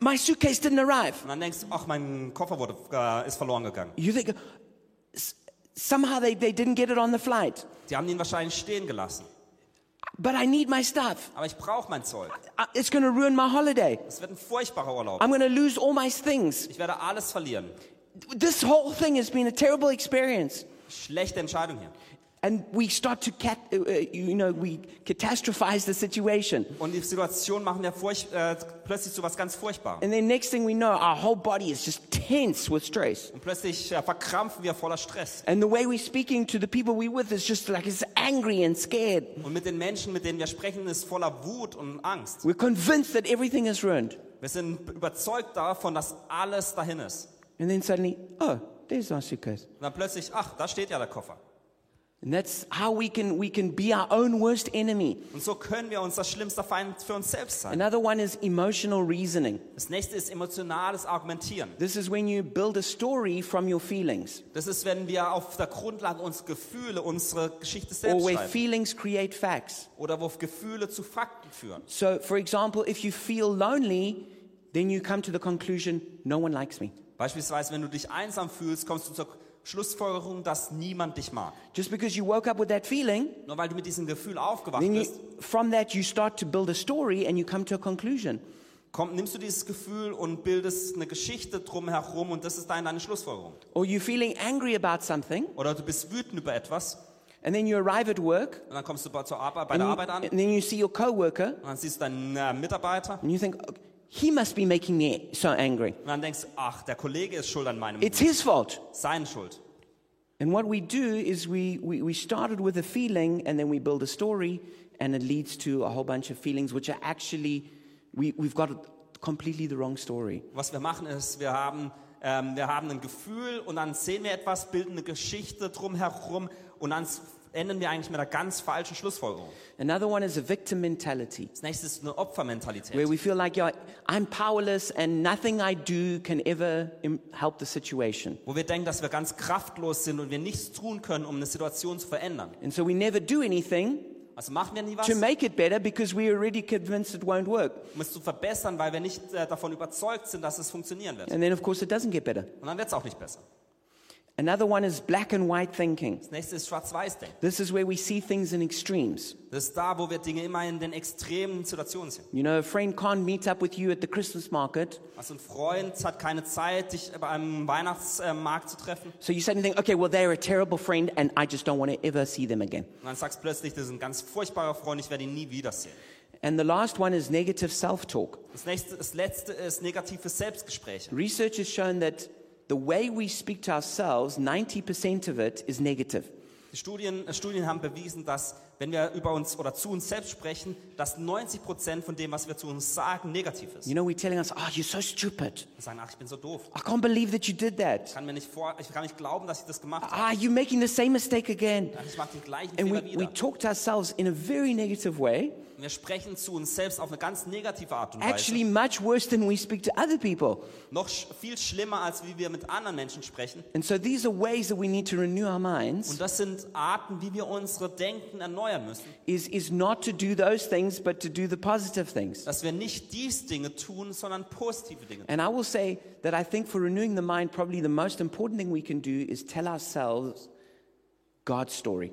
Speaker 1: my suitcase didn't arrive.
Speaker 2: Und dann denkst du, ach, mein Koffer wurde, äh, ist verloren gegangen.
Speaker 1: You think, "S- somehow they, they didn't get it on the flight,
Speaker 2: Die haben ihn wahrscheinlich stehen gelassen.
Speaker 1: but I need my stuff.
Speaker 2: Aber ich brauche mein Zeug.
Speaker 1: I- It's going to ruin my holiday.
Speaker 2: Es wird ein furchtbarer Urlaub.
Speaker 1: I'm going to lose all my things.
Speaker 2: Ich werde alles verlieren.
Speaker 1: This whole thing has been a terrible experience.
Speaker 2: Schlechte Entscheidung hier.
Speaker 1: And we start to, cat, uh, uh, you know, we catastrophize the situation.
Speaker 2: Und die Situation machen wir furcht, äh, plötzlich zu was ganz Furchtbarem.
Speaker 1: And then next thing we know, our whole body is just tense with stress.
Speaker 2: Und plötzlich äh, verkrampfen wir voller Stress.
Speaker 1: And the way we're speaking to the people we're with is just like it's angry and scared.
Speaker 2: Und mit den Menschen, mit denen wir sprechen, ist voller Wut und Angst.
Speaker 1: We're convinced that everything is ruined.
Speaker 2: Wir sind überzeugt davon, dass alles dahin ist.
Speaker 1: And then suddenly, oh, there's our suitcase.
Speaker 2: Und dann plötzlich, ach, da steht ja der Koffer.
Speaker 1: And that's how we can, we can be our own worst enemy.
Speaker 2: Und so können wir uns das schlimmste Feind für uns selbst sein.
Speaker 1: Another one is emotional reasoning.
Speaker 2: Das nächste ist emotionales Argumentieren.
Speaker 1: This is when you build a story from your feelings
Speaker 2: Das ist, wenn wir auf der Grundlage unserer Gefühle unsere Geschichte
Speaker 1: or
Speaker 2: selbst
Speaker 1: where
Speaker 2: schreiben.
Speaker 1: feelings create facts.
Speaker 2: Oder wo Gefühle zu Fakten führen.
Speaker 1: So, for example, if you feel lonely, then you come to the conclusion, no one likes me.
Speaker 2: Beispielsweise, wenn du dich einsam fühlst, kommst du zur Schlussfolgerung, dass niemand dich mag.
Speaker 1: Just because you woke up with that feeling,
Speaker 2: Nur weil du mit diesem Gefühl aufgewacht
Speaker 1: then you,
Speaker 2: bist,
Speaker 1: from that you start to build a story and you come to a conclusion.
Speaker 2: komm, nimmst du dieses Gefühl und bildest eine Geschichte drum herum und das ist dann deine Schlussfolgerung.
Speaker 1: Or you're feeling angry about something,
Speaker 2: Oder du bist wütend über etwas
Speaker 1: and then you arrive at work,
Speaker 2: und dann kommst du bei, zur Arbeit, bei
Speaker 1: and,
Speaker 2: der
Speaker 1: you-
Speaker 2: Arbeit an und
Speaker 1: and then you see your coworker,
Speaker 2: dann siehst du deinen äh, Mitarbeiter
Speaker 1: and you think, "Oh, he must be making me so angry.
Speaker 2: und dann denkst du, ach, der Kollege ist schuld an meinem,
Speaker 1: It's his fault.
Speaker 2: seine Schuld.
Speaker 1: And what we do is we, we, we started with a feeling and then we build a story and it leads to a whole bunch of feelings which are actually, we, we've got completely the wrong story.
Speaker 2: Was wir machen ist, wir haben, ähm, wir haben ein Gefühl und dann sehen wir etwas, bilden eine Geschichte drum herum und dann s- enden wir eigentlich mit einer ganz falschen Schlussfolgerung.
Speaker 1: Another one is a victim mentality
Speaker 2: Das nächste ist eine Opfermentalität.
Speaker 1: where we feel like yeah, I'm powerless and nothing I do can ever im- help the situation.
Speaker 2: wo wir denken, dass wir ganz kraftlos sind und wir nichts tun können, um eine Situation zu verändern.
Speaker 1: And so we never do anything
Speaker 2: Also machen wir nie was,
Speaker 1: to
Speaker 2: um
Speaker 1: make it better because we're already convinced it won't work.
Speaker 2: es zu verbessern, weil wir nicht äh, davon überzeugt sind, dass es funktionieren wird.
Speaker 1: And then, of course, it doesn't get better.
Speaker 2: Und dann wird es auch nicht besser.
Speaker 1: Another one is black and white thinking.
Speaker 2: Das nächste ist Schwarz-Weiß-Denken.
Speaker 1: This is where we see things in extremes.
Speaker 2: Das ist da, wo wir Dinge immer in den extremen Situationen sehen.
Speaker 1: You know, a friend can't meet up with you at the Christmas market,
Speaker 2: Also ein Freund hat keine Zeit, dich bei einem Weihnachtsmarkt zu treffen.
Speaker 1: so you suddenly think, okay, well, they're a terrible friend, and I just don't want to ever see them again.
Speaker 2: Und dann sagst du plötzlich, das ist ein ganz furchtbarer Freund, ich werde ihn nie wiedersehen.
Speaker 1: And the last one is negative self talk.
Speaker 2: Das, nächste, das letzte ist negative Selbstgespräche.
Speaker 1: Research has shown that the way we speak to ourselves, 90% of it is negative.
Speaker 2: Die Studien, äh, Studien haben bewiesen, dass wenn wir über uns oder zu uns selbst sprechen, dass 90 Prozent von dem, was wir zu uns sagen, negativ ist.
Speaker 1: You know, we're telling us, oh, you're so stupid.
Speaker 2: Wir sagen, ach, ich bin so doof.
Speaker 1: I can't believe that you did
Speaker 2: Ich
Speaker 1: that.
Speaker 2: kann mir nicht vor, ich kann nicht glauben, dass ich das gemacht habe.
Speaker 1: Ah, you're making the same mistake again.
Speaker 2: Ich mache den gleichen
Speaker 1: And we,
Speaker 2: Fehler
Speaker 1: we
Speaker 2: wieder.
Speaker 1: talk to ourselves in a very negative way,
Speaker 2: Und wir sprechen zu uns selbst auf eine ganz negative Art und Weise.
Speaker 1: actually, much worse than we speak to other people.
Speaker 2: Noch sch viel schlimmer, als wie wir mit anderen Menschen sprechen.
Speaker 1: And so these are ways that we need to renew our minds.
Speaker 2: Und das sind Arten, wie wir unsere Denken erneuern müssen.
Speaker 1: is, is not to do those things, but to do the positive things.
Speaker 2: Dass wir nicht dies Dinge tun, sondern positive Dinge.
Speaker 1: And I will say that I think for renewing the mind, probably the most important thing we can do is tell ourselves God's story.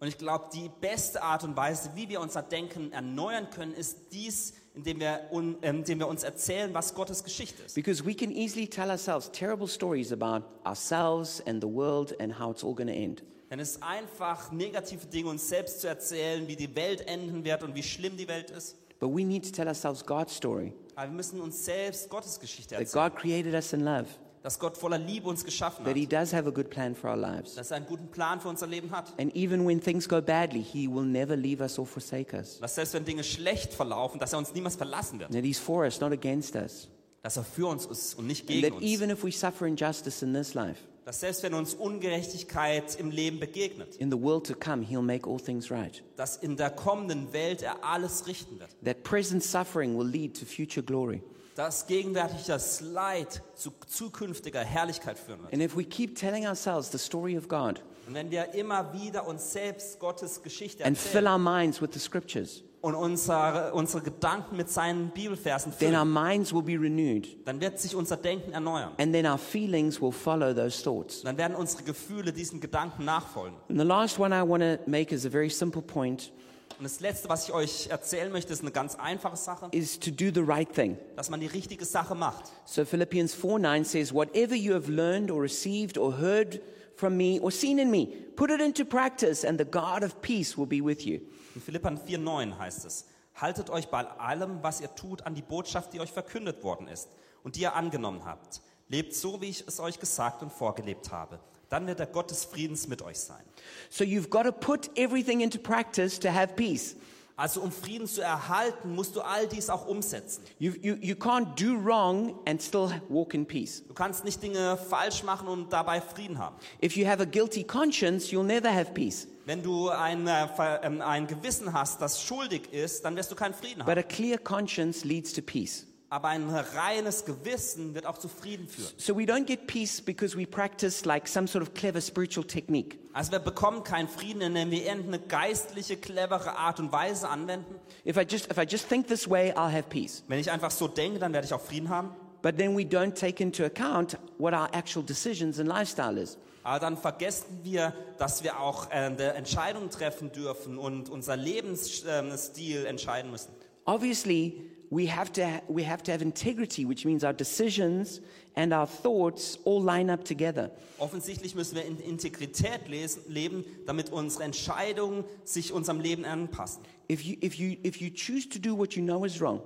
Speaker 2: Und ich glaube, die beste Art und Weise, wie wir unser Denken erneuern können, ist dies, indem wir, un, ähm, indem wir uns erzählen, was Gottes Geschichte ist.
Speaker 1: Because we can easily tell ourselves terrible stories about ourselves and the world and how it's all going to end.
Speaker 2: Denn es ist einfach, negative Dinge uns selbst zu erzählen, wie die Welt enden wird und wie schlimm die Welt ist.
Speaker 1: But we need to tell ourselves God's story
Speaker 2: Aber wir müssen uns selbst Gottes Geschichte
Speaker 1: that
Speaker 2: erzählen,
Speaker 1: God created us in love,
Speaker 2: dass Gott voller Liebe uns geschaffen
Speaker 1: that He
Speaker 2: hat,
Speaker 1: does have a good plan for our lives.
Speaker 2: dass er einen guten Plan für unser Leben hat,
Speaker 1: And even when things go badly, He will never leave us or forsake us.
Speaker 2: dass selbst wenn Dinge schlecht verlaufen, dass er uns niemals verlassen wird,
Speaker 1: That He's for us, not against us.
Speaker 2: dass er für uns ist und nicht
Speaker 1: And
Speaker 2: gegen
Speaker 1: that
Speaker 2: uns,
Speaker 1: even if we suffer injustice in this life,
Speaker 2: dass selbst wenn uns Ungerechtigkeit im Leben begegnet,
Speaker 1: in the world to come, He'll make all things right.
Speaker 2: dass in der kommenden Welt er alles richten wird,
Speaker 1: That present suffering will lead to future glory.
Speaker 2: dass gegenwärtig das Leid zu zukünftiger Herrlichkeit führen wird.
Speaker 1: And if we keep telling ourselves the story of God
Speaker 2: Und wenn wir immer wieder uns selbst Gottes Geschichte
Speaker 1: and fill
Speaker 2: erzählen
Speaker 1: our minds with the scriptures,
Speaker 2: und unsere, unsere Gedanken mit seinen Bibelversen
Speaker 1: then our
Speaker 2: füllen,
Speaker 1: minds will be renewed
Speaker 2: dann wird sich unser Denken erneuern.
Speaker 1: and then our feelings will follow those thoughts.
Speaker 2: Dann werden unsere Gefühle diesen Gedanken nachfolgen.
Speaker 1: And the last one I want to make is a very simple point
Speaker 2: Und das Letzte, was ich euch erzählen möchte, ist eine ganz einfache Sache,
Speaker 1: is to do the right thing.
Speaker 2: dass man die richtige Sache macht.
Speaker 1: So Philippians 4 9 says, Whatever you have learned or received or heard from me or seen in me, put it into practice, and the God of peace will be with you.
Speaker 2: In Philippern 4,9 heißt es, haltet euch bei allem, was ihr tut, an die Botschaft, die euch verkündet worden ist und die ihr angenommen habt. Lebt so, wie ich es euch gesagt und vorgelebt habe. Dann wird der Gott des Friedens mit euch sein.
Speaker 1: So you've got to put everything into practice to have peace.
Speaker 2: Also um Frieden zu erhalten, musst du all dies auch umsetzen.
Speaker 1: You, you, you can't do wrong and still walk in peace.
Speaker 2: Du kannst nicht Dinge falsch machen und dabei Frieden haben.
Speaker 1: If you have a guilty conscience, you'll never have peace.
Speaker 2: Wenn du ein, äh, Ver- ähm, ein Gewissen hast, das schuldig ist, dann wirst du keinen Frieden
Speaker 1: But
Speaker 2: haben.
Speaker 1: a clear conscience leads to peace.
Speaker 2: Aber ein reines Gewissen wird auch zu Frieden führen.
Speaker 1: So we don't get peace because we practice like some sort of clever spiritual technique.
Speaker 2: Also wir bekommen keinen Frieden, indem wir irgendeine geistliche, clevere Art und Weise anwenden.
Speaker 1: If I just if I just think this way, I'll have peace.
Speaker 2: Wenn ich einfach so denke, dann werde ich auch Frieden haben.
Speaker 1: But then we don't take into account what our actual decisions and lifestyle is.
Speaker 2: Aber dann vergessen wir, dass wir auch äh, eine Entscheidung treffen dürfen und unser Lebensstil äh, entscheiden müssen.
Speaker 1: Obviously, we have to ha- we have to have integrity, which means our decisions and our thoughts all line up together.
Speaker 2: Offensichtlich müssen wir in Integrität lesen, leben, damit unsere Entscheidungen sich unserem Leben anpassen.
Speaker 1: If you if you if you choose to do what you know is wrong,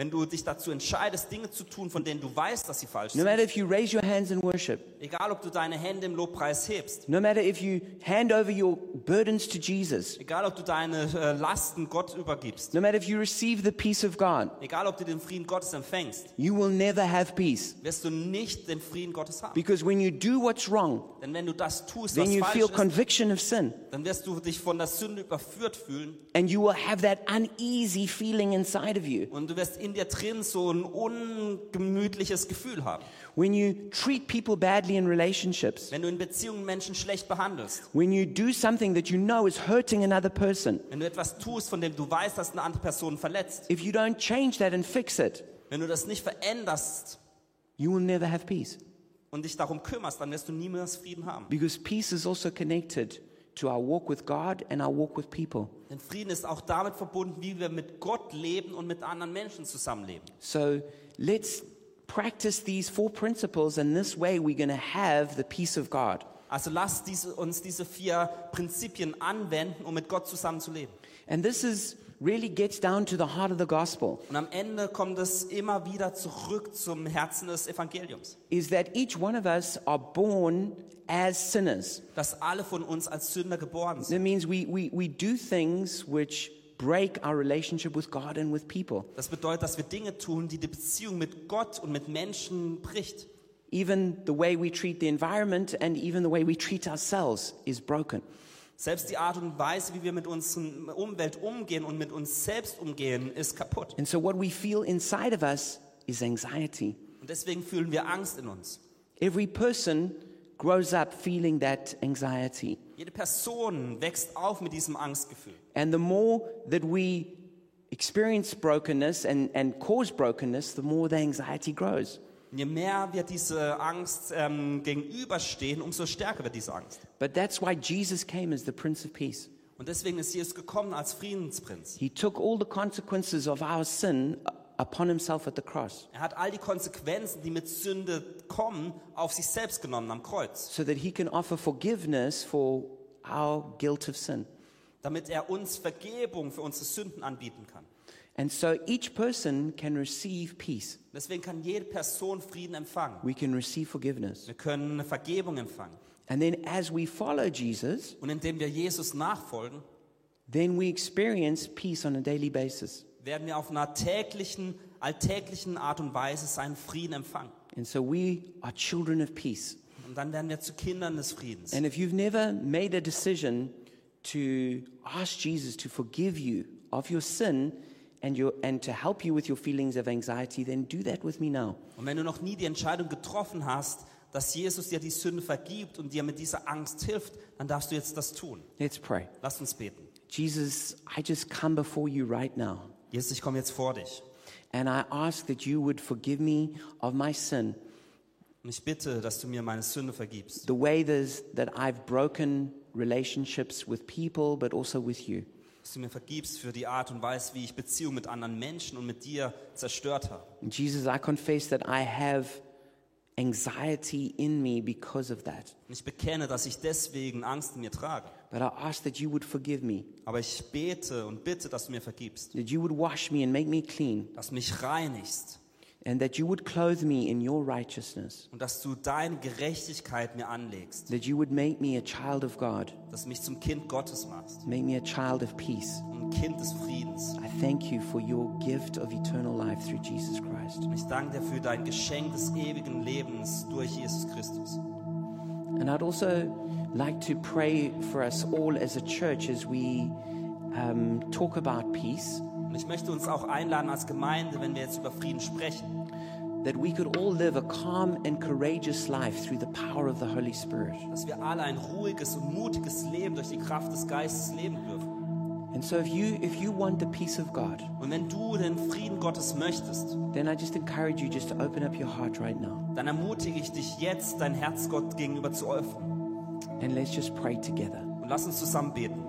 Speaker 2: Wenn du dich dazu entscheidest, Dinge zu tun, von denen du weißt, dass sie falsch
Speaker 1: no
Speaker 2: sind,
Speaker 1: matter if you raise your hands in worship,
Speaker 2: egal ob du deine Hände im Lobpreis hebst,
Speaker 1: no matter if you hand over your burdens to Jesus,
Speaker 2: egal ob du deine äh, Lasten Gott übergibst,
Speaker 1: no matter if you receive the peace of God,
Speaker 2: egal ob du den Frieden Gottes empfängst,
Speaker 1: you will never have peace.
Speaker 2: wirst du nicht den Frieden Gottes haben.
Speaker 1: Because when you do what's wrong,
Speaker 2: Denn wenn du das tust,
Speaker 1: then
Speaker 2: was
Speaker 1: you
Speaker 2: falsch
Speaker 1: feel
Speaker 2: ist,
Speaker 1: conviction of sin.
Speaker 2: dann wirst du dich von der Sünde überführt fühlen
Speaker 1: And you will have that uneasy feeling inside of you.
Speaker 2: und du wirst in dir drin so ein ungemütliches Gefühl haben.
Speaker 1: When you treat people badly in relationships,
Speaker 2: Wenn du in Beziehungen Menschen schlecht behandelst,
Speaker 1: when you do something that you know is hurting another person,
Speaker 2: wenn du etwas tust, von dem du weißt, dass eine andere Person verletzt,
Speaker 1: if you don't change that and fix it,
Speaker 2: wenn du das nicht veränderst
Speaker 1: you will never have peace.
Speaker 2: und dich darum kümmerst, dann wirst du niemals Frieden haben.
Speaker 1: Because peace is also connected to our walk with God and our walk with people.
Speaker 2: Denn Frieden ist auch damit verbunden, wie wir mit Gott leben und mit anderen Menschen zusammenleben.
Speaker 1: So let's practice these four principles, and this way we're going to have the peace of God.
Speaker 2: Also lasst diese, uns diese vier Prinzipien anwenden, um mit Gott zusammenzuleben.
Speaker 1: And this is really gets down to the heart of the gospel
Speaker 2: Und am Ende kommt es immer wieder zurück zum Herzen des Evangeliums,
Speaker 1: is that each one of us are born as sinners.
Speaker 2: dass alle von uns als Sünder geboren sind.
Speaker 1: That means we, we, we do things which break our relationship with God and with people.
Speaker 2: Das bedeutet, dass wir Dinge tun, die die Beziehung mit Gott und mit Menschen bricht.
Speaker 1: Even the way we treat the environment and even the way we treat ourselves is broken.
Speaker 2: Selbst die Art und Weise, wie wir mit unserer Umwelt umgehen und mit uns selbst umgehen, ist kaputt.
Speaker 1: And so what we feel inside of us is anxiety.
Speaker 2: Und deswegen fühlen wir Angst in uns.
Speaker 1: Every person grows up feeling that anxiety.
Speaker 2: Jede Person wächst auf mit diesem Angstgefühl.
Speaker 1: And the more that we experience brokenness and, and cause brokenness, the more the anxiety grows.
Speaker 2: Und je mehr wir diese Angst ähm, gegenüberstehen, umso stärker wird diese Angst.
Speaker 1: But that's why Jesus came as the Prince of Peace.
Speaker 2: Und deswegen ist Jesus gekommen als Friedensprinz.
Speaker 1: He took all the consequences of our sin uh, upon himself at the cross
Speaker 2: Er hat all die Konsequenzen, die mit Sünde kommen, auf sich selbst genommen am Kreuz,
Speaker 1: so that he can offer forgiveness for our guilt of sin.
Speaker 2: damit er uns Vergebung für unsere Sünden anbieten kann.
Speaker 1: And so each person can receive peace.
Speaker 2: Deswegen kann jede Person Frieden empfangen.
Speaker 1: We can receive forgiveness.
Speaker 2: Wir können eine Vergebung empfangen.
Speaker 1: And then as we follow Jesus,
Speaker 2: Und indem wir Jesus nachfolgen,
Speaker 1: then we experience peace on a daily basis.
Speaker 2: werden wir auf einer täglichen, alltäglichen Art und Weise seinen Frieden empfangen.
Speaker 1: And so we are children of peace.
Speaker 2: Und dann werden wir zu Kindern des Friedens.
Speaker 1: And if you've never made a decision to ask Jesus to forgive you of your sin and, your, and to help you with your feelings of anxiety, then do that with me now.
Speaker 2: Und wenn du noch nie die Entscheidung getroffen hast, dass Jesus dir die Sünde vergibt und dir mit dieser Angst hilft, dann darfst du jetzt das tun.
Speaker 1: Let's pray.
Speaker 2: Lass uns beten.
Speaker 1: Jesus, I just come before you right now.
Speaker 2: Jesus, ich komme jetzt vor dich.
Speaker 1: And I ask that you would forgive me of my sin,
Speaker 2: Und ich bitte, dass du mir meine Sünde vergibst.
Speaker 1: the way this, that I've broken relationships with people, but also with you.
Speaker 2: Dass du mir vergibst für die Art und Weise, wie ich Beziehungen mit anderen Menschen und mit dir zerstört habe.
Speaker 1: And Jesus, I confess that I have anxiety in me because of that.
Speaker 2: Und ich bekenne, dass ich deswegen Angst in mir trage.
Speaker 1: But I ask that you would forgive me,
Speaker 2: Aber ich bete und bitte, dass du mir vergibst.
Speaker 1: that you would wash me and make me clean,
Speaker 2: Dass du mich reinigst.
Speaker 1: and that you would clothe me in your righteousness,
Speaker 2: Und dass du deine Gerechtigkeit mir anlegst.
Speaker 1: that you would make me a child of God,
Speaker 2: Dass du mich zum Kind Gottes machst.
Speaker 1: make me a child of peace.
Speaker 2: Und Kind des Friedens.
Speaker 1: I thank you for your gift of eternal life through Jesus Christ.
Speaker 2: Und ich danke dir für dein Geschenk des ewigen Lebens durch Jesus Christus.
Speaker 1: And I'd also like to pray for us all as a church as we um, talk about peace,
Speaker 2: Und ich möchte uns auch einladen als Gemeinde, wenn wir jetzt über Frieden sprechen,
Speaker 1: that we could all live a calm and courageous life through the power of the Holy Spirit.
Speaker 2: dass wir alle ein ruhiges und mutiges Leben durch die Kraft des Geistes leben dürfen.
Speaker 1: And so if you if you want the peace of God,
Speaker 2: Und wenn du den Frieden Gottes möchtest,
Speaker 1: then I just encourage you just to open up your heart right now
Speaker 2: dann ermutige ich dich jetzt, dein Herz Gott gegenüber zu öffnen.
Speaker 1: and let's just pray together.
Speaker 2: Und lass uns zusammen beten.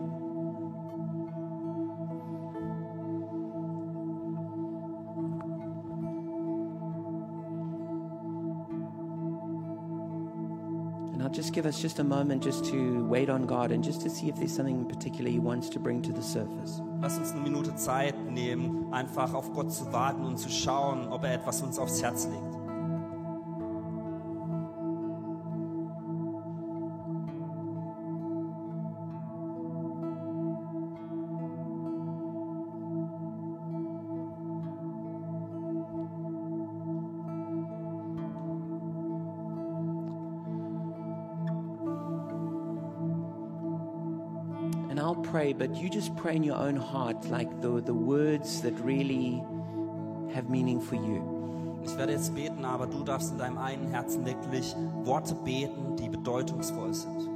Speaker 1: And I'll just give us just a moment just to wait on God and just to see if there's something in particular He wants to bring to the surface.
Speaker 2: Lass uns eine Minute Zeit nehmen, einfach auf Gott zu warten und zu schauen, ob er etwas uns aufs Herz legt.
Speaker 1: And I'll pray, but you just pray in your own heart, like the, the words that really have meaning for you.
Speaker 2: Ich werde jetzt beten, aber du darfst in deinem einen Herzen wirklich Worte beten, die bedeutungsvoll sind.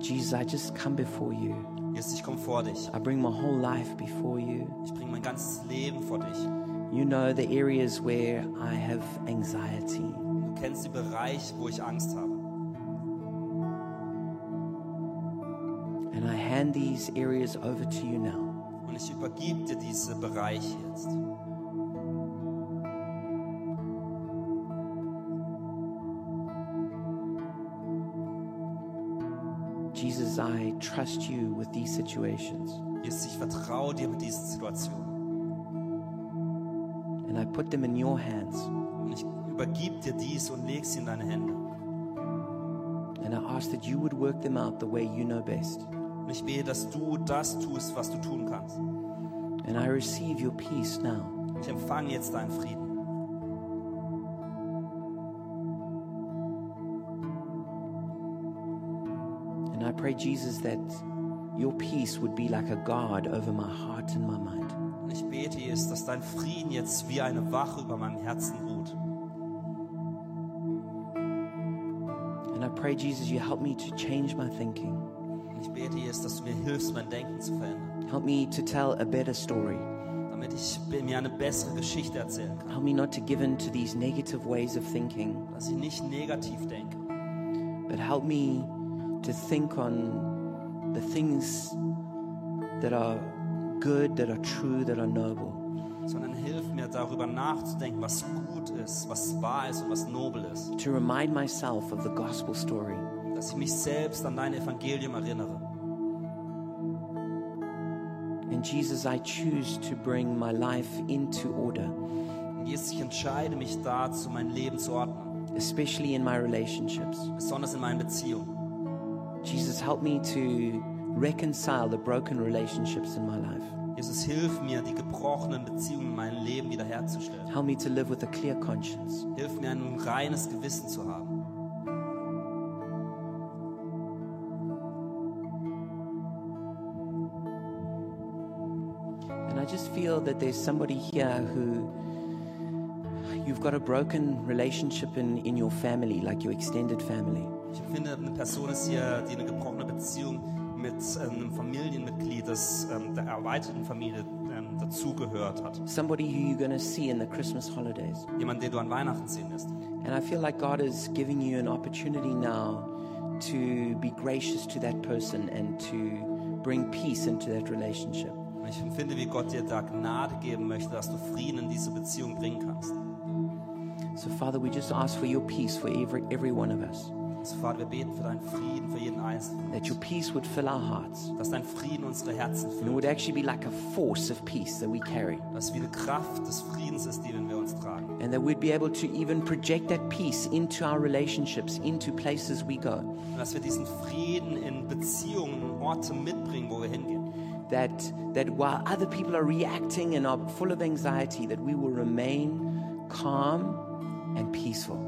Speaker 1: Jesus, I just come before you.
Speaker 2: Jesus, ich komme vor dich.
Speaker 1: I bring my whole life before you.
Speaker 2: Ich bringe mein ganzes Leben vor dich.
Speaker 1: You know the areas where I have anxiety.
Speaker 2: Du kennst die Bereiche, wo ich Angst habe.
Speaker 1: And I hand these areas over to you now.
Speaker 2: Und ich übergebe dir diese Bereiche jetzt.
Speaker 1: Jesus, I trust you with these situations.
Speaker 2: Jesus, ich vertraue dir mit diesen Situationen.
Speaker 1: And I put them in your hands.
Speaker 2: Und ich übergebe dir dies und leg sie in deine Hände.
Speaker 1: And I ask that you would work them out the way you know best.
Speaker 2: Und ich bete, dass du das tust, was du tun kannst.
Speaker 1: And I receive your peace now.
Speaker 2: Ich empfange jetzt deinen Frieden.
Speaker 1: And I pray, Jesus, that your peace would be like a guard over my heart and my mind.
Speaker 2: Und ich bete, Jesus, dass dein Frieden jetzt wie eine Wache über meinem Herzen ruht.
Speaker 1: And I pray, Jesus, you help me to change my thinking.
Speaker 2: Und ich bete jetzt, dass du mir hilfst, mein Denken zu verändern,
Speaker 1: Help me to tell a better story.
Speaker 2: damit ich mir eine bessere Geschichte erzählen kann,
Speaker 1: Help me not to give in to these negative ways of thinking.
Speaker 2: dass ich nicht negativ denke,
Speaker 1: But help me to think on the things that are good, that are true, that are noble,
Speaker 2: sondern hilf mir darüber nachzudenken, was gut ist, was wahr ist und was nobel ist,
Speaker 1: to remind myself of the gospel story,
Speaker 2: dass ich mich selbst an dein Evangelium erinnere
Speaker 1: and And Jesus, I choose to bring my life into order,
Speaker 2: Und Jesus, ich entscheide mich dazu, mein Leben zu ordnen,
Speaker 1: especially in my relationships.
Speaker 2: besonders in meinen Beziehungen.
Speaker 1: Jesus, help me to reconcile the broken relationships in my life.
Speaker 2: Jesus, hilf mir, die gebrochenen Beziehungen in meinem Leben wiederherzustellen.
Speaker 1: Help me to live with a clear conscience.
Speaker 2: Hilf mir, ein reines Gewissen zu haben.
Speaker 1: And I just feel that there's somebody here who you've got a broken relationship in, in your family, like your extended family.
Speaker 2: Ich finde, eine Person ist hier, die eine gebrochene Beziehung mit ähm, einem Familienmitglied des, ähm, der erweiterten Familie ähm, dazugehört hat.
Speaker 1: Somebody who you're going to see in the Christmas holidays.
Speaker 2: Jemand, den du an Weihnachten sehen wirst.
Speaker 1: And I feel like God is giving you an opportunity now to be gracious to that person and to bring peace into that relationship.
Speaker 2: Und ich empfinde, wie Gott dir da Gnade geben möchte, dass du Frieden in diese Beziehung bringen kannst.
Speaker 1: So, Father, we just ask for your peace for every, every one of us,
Speaker 2: Also, Vater, wir beten für deinen Frieden, für jeden Einzelnen.
Speaker 1: that your peace would fill our hearts.
Speaker 2: Dass dein Frieden unsere Herzen
Speaker 1: And it
Speaker 2: füllt.
Speaker 1: would actually be like a force of peace that we carry.
Speaker 2: Dass wir die Kraft des Friedens ist, die wir uns tragen.
Speaker 1: And that we'd be able to even project that peace into our relationships, into places we go.
Speaker 2: Und dass wir diesen Frieden in Beziehungen, Orte mitbringen, wo wir hingehen.
Speaker 1: That, that while other people are reacting and are full of anxiety, that we will remain calm and peaceful.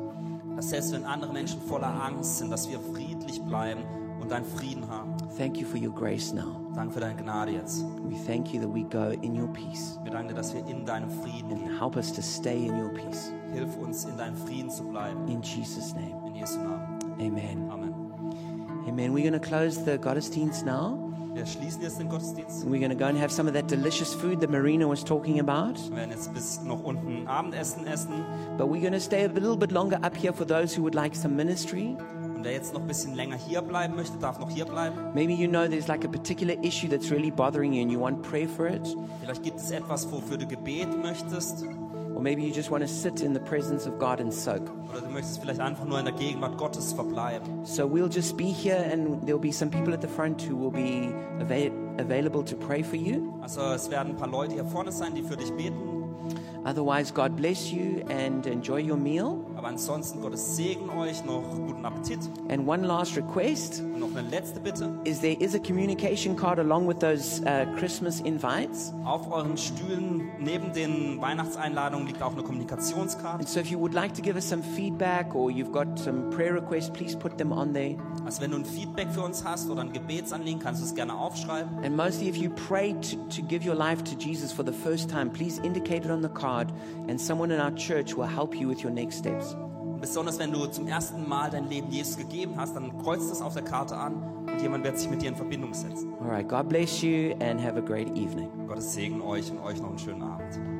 Speaker 2: Dass selbst wenn andere Menschen voller Angst sind, dass wir friedlich bleiben und deinen Frieden haben.
Speaker 1: Thank you for your grace now.
Speaker 2: Danke für deine Gnade jetzt.
Speaker 1: We thank you that we go in your peace
Speaker 2: Wir danken dir, dass wir in deinem Frieden
Speaker 1: and
Speaker 2: leben.
Speaker 1: help us to stay in your peace.
Speaker 2: Hilf uns, in deinem Frieden zu bleiben.
Speaker 1: In Jesus' name,
Speaker 2: In Jesu Namen.
Speaker 1: amen.
Speaker 2: Amen.
Speaker 1: Amen. We're going to close the Gottesdienst now.
Speaker 2: Wir schließen jetzt den Gottesdienst.
Speaker 1: We're going to go and have some of that delicious food that Marina was talking about.
Speaker 2: Wir werden jetzt bis noch unten Abendessen essen.
Speaker 1: But we're going to stay a little bit longer up here for those who would like some ministry.
Speaker 2: Und wer jetzt noch ein bisschen länger hier bleiben möchte, darf noch hier bleiben.
Speaker 1: Maybe you know there's like a particular issue that's really bothering you and you want prayer for it.
Speaker 2: Vielleicht gibt es etwas, wofür du Gebet möchtest.
Speaker 1: Or maybe you just want to sit in the presence of God and soak.
Speaker 2: Oder du möchtest vielleicht einfach nur in der Gegenwart Gottes verbleiben.
Speaker 1: So we'll just be here and there'll be some people at the front who will be ava- available to pray for you.
Speaker 2: Also es werden ein paar Leute hier vorne sein, die für dich beten.
Speaker 1: Otherwise, God bless you and enjoy your meal.
Speaker 2: Aber ansonsten, Gottes Segen euch, noch guten Appetit.
Speaker 1: And one last request
Speaker 2: Und noch eine letzte Bitte.
Speaker 1: is there is a communication card along with those uh, Christmas invites.
Speaker 2: Auf euren Stühlen neben den Weihnachtseinladungen liegt auch eine Kommunikationskarte.
Speaker 1: And so if you would like to give us some feedback or you've got some prayer requests, please put them on there.
Speaker 2: Also wenn du ein Feedback für uns hast oder ein Gebetsanliegen, kannst du es gerne aufschreiben.
Speaker 1: And mostly, if you pray to, to give your life to Jesus for the first time, please indicate it on the card, and someone in our church will help you with your next steps.
Speaker 2: Und besonders wenn du zum ersten Mal dein Leben Jesus gegeben hast, dann kreuzt es auf der Karte an und jemand wird sich mit dir in Verbindung setzen.
Speaker 1: All right, God bless you and have a great evening.
Speaker 2: Gottes Segen euch und euch noch einen schönen Abend.